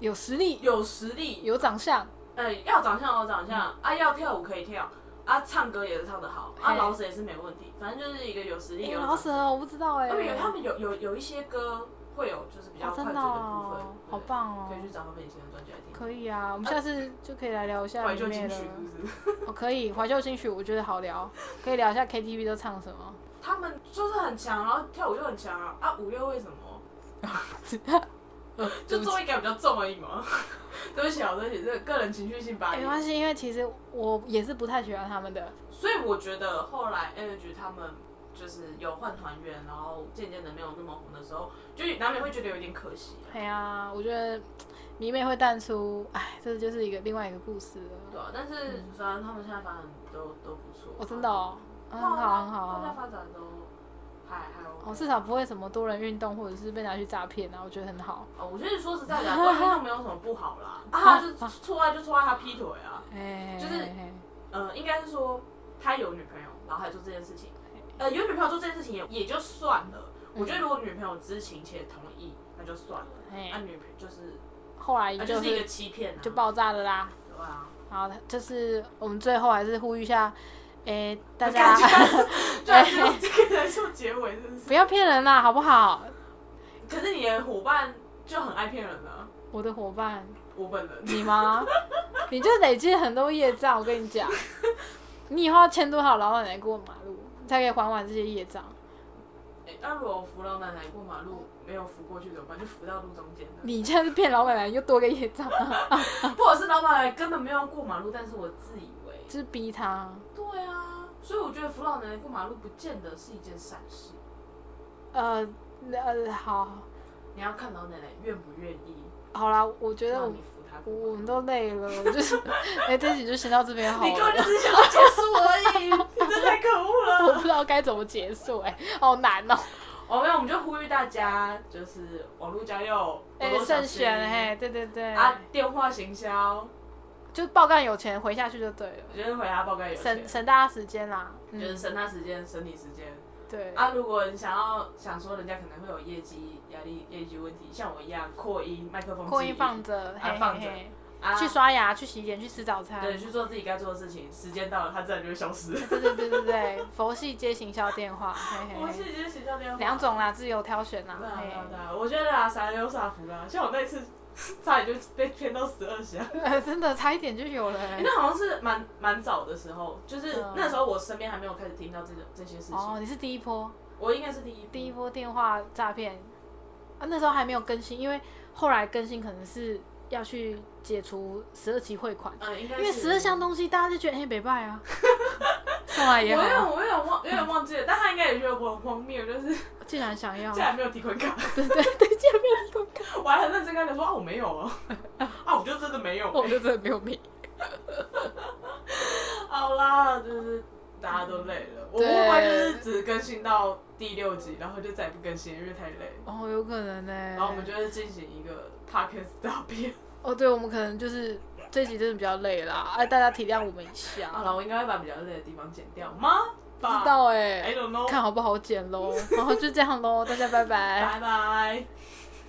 有实力，有实力，有长相，哎哦嗯呃，要长相有长相、啊，要跳舞可以跳啊，唱歌也是唱得好，啊，嘿老舍也是没问题，反正就是一个有实力哎，有老死了，我不知道哎、他们有他们有有有一些歌会有就是比较哦真快嘴的的部分哦，对好棒哦可以去找他们以前的专辑来听。可以啊，我们下次就可以来聊一下怀里旧面金的曲。是不是？ 哦，可以怀旧金曲，我觉得好聊，可以聊一下 KTV 都唱什么。他们就是很强，然后跳舞又很强啊！啊，五六为什 么？就综艺感比较重而已嘛。 对不起啊，对不起，这个个人情绪性发没关言。系，因为其实我也是不太喜欢他们的。所以我觉得后来 Energy 他们就是有换团员，然后渐渐的没有那么红的时候，就难免会觉得有点可惜啊。哎呀，我觉得迷妹会淡出，哎，这就是一个另外一个故事对了。啊，但是反正他们现在发展都都不错。我、真的哦，对很啊，好很好大家啊。发展都还还 OK 哦，至少不会什么多人运动，或者是被拿去诈骗啊，我觉得很好。哦，我觉得说实 在的啊，关于运动没有什么不好啦。啊，他就错爱就错爱他劈腿啊。哎，就是呃，应该是说他有女朋友，然后还做这件事情。哎呃，有女朋友做这件事情也也就算了。我嗯觉得如果女朋友知情且同意，那就算了。嘿那、女朋就是，哎后来那、就就是一个是欺骗啊，就爆炸了啦。对啊。好，就是我们最后还是呼吁一下，哎、大家感觉 就还是用这个来做结尾，真是。不要骗人啦，好不好？可是你的伙伴就很爱骗人啊，我的伙伴，我本人。你 吗？你就累积很多业障，我跟你讲，你以后要牵多少老奶奶过马路，才可以还完这些业障？诶哎那、如果我扶老奶奶过马路，没有扶过去怎么办？就扶到路中间 了。你现在是骗老奶奶，又多个业障，啊或者是老板根本没有要过马路，但是我自以为。 就是逼他。对啊，所以我觉得扶老奶奶过马路不见得是一件善事，呃呃，好，你要看老奶奶愿不愿意好啦，我觉得让我你扶她我过马我路。们都累了，我就是，哎、这集就先到这边好你根本了。就只是想要结束而已，你真的太可 恶我了。不知道该怎么结束、哎，好难哦、我们我们就呼吁大家，就是网络交友，哎、活动小慎心选，嘿，对对对，啊，电话行销，就是爆干有钱回下去就对了，我觉得回答报告有省钱，省大家时间啦。嗯就是省他时间，省你时间。对，啊，如果你想要想说人家可能会有业绩压力、业绩问题，像我一样扩音麦克风，扩音放着，嘿放嘿着嘿，啊，去刷牙，去洗脸，去吃早餐。对，去做自己该做的事情，时间到了，它自然就会消失。 对对对对对，佛系接行销电话，嘿我嘿是嘿，觉得学校电话两。种啦，自由挑选啦对。啊嘿对啊对啊，我觉得啊，傻有傻福啦。像我那一次， 差点就被骗到十二箱。呃 真的差一点就有了欸。那好像是蛮蛮早的时候，就是嗯那时候我身边还没有开始听到这种这些事哦，情。你是第一波，我应该是第一第一波电话诈骗啊，那时候还没有更新，因为后来更新可能是要去解除十二期汇款，嗯，应该因为是十二项东西大家就觉得嘿北拜啊，送来我也有好，点我有点忘有点忘记了，但他应该也觉得我很荒谬，就是 竟然想要竟，然没有提款卡，对对对，竟然没有提供卡，我还很认真跟他说啊 我没有哦， 啊我就真的没有。我就真的没有命。好啦，就是大家都累了，我对会不会就是只更新到第六集，然后就再也不更新，因为太累。哦，有可能呢、然后我们就会进行一个 podcast 大片。哦，对，我们可能就是这集真的比较累啦，哎、大家体谅我们一下。好了，我应该会把比较累的地方剪掉吗？不不知道哎、 ，I don't know。看好不好剪喽。然后就这样喽，大家拜拜。拜拜。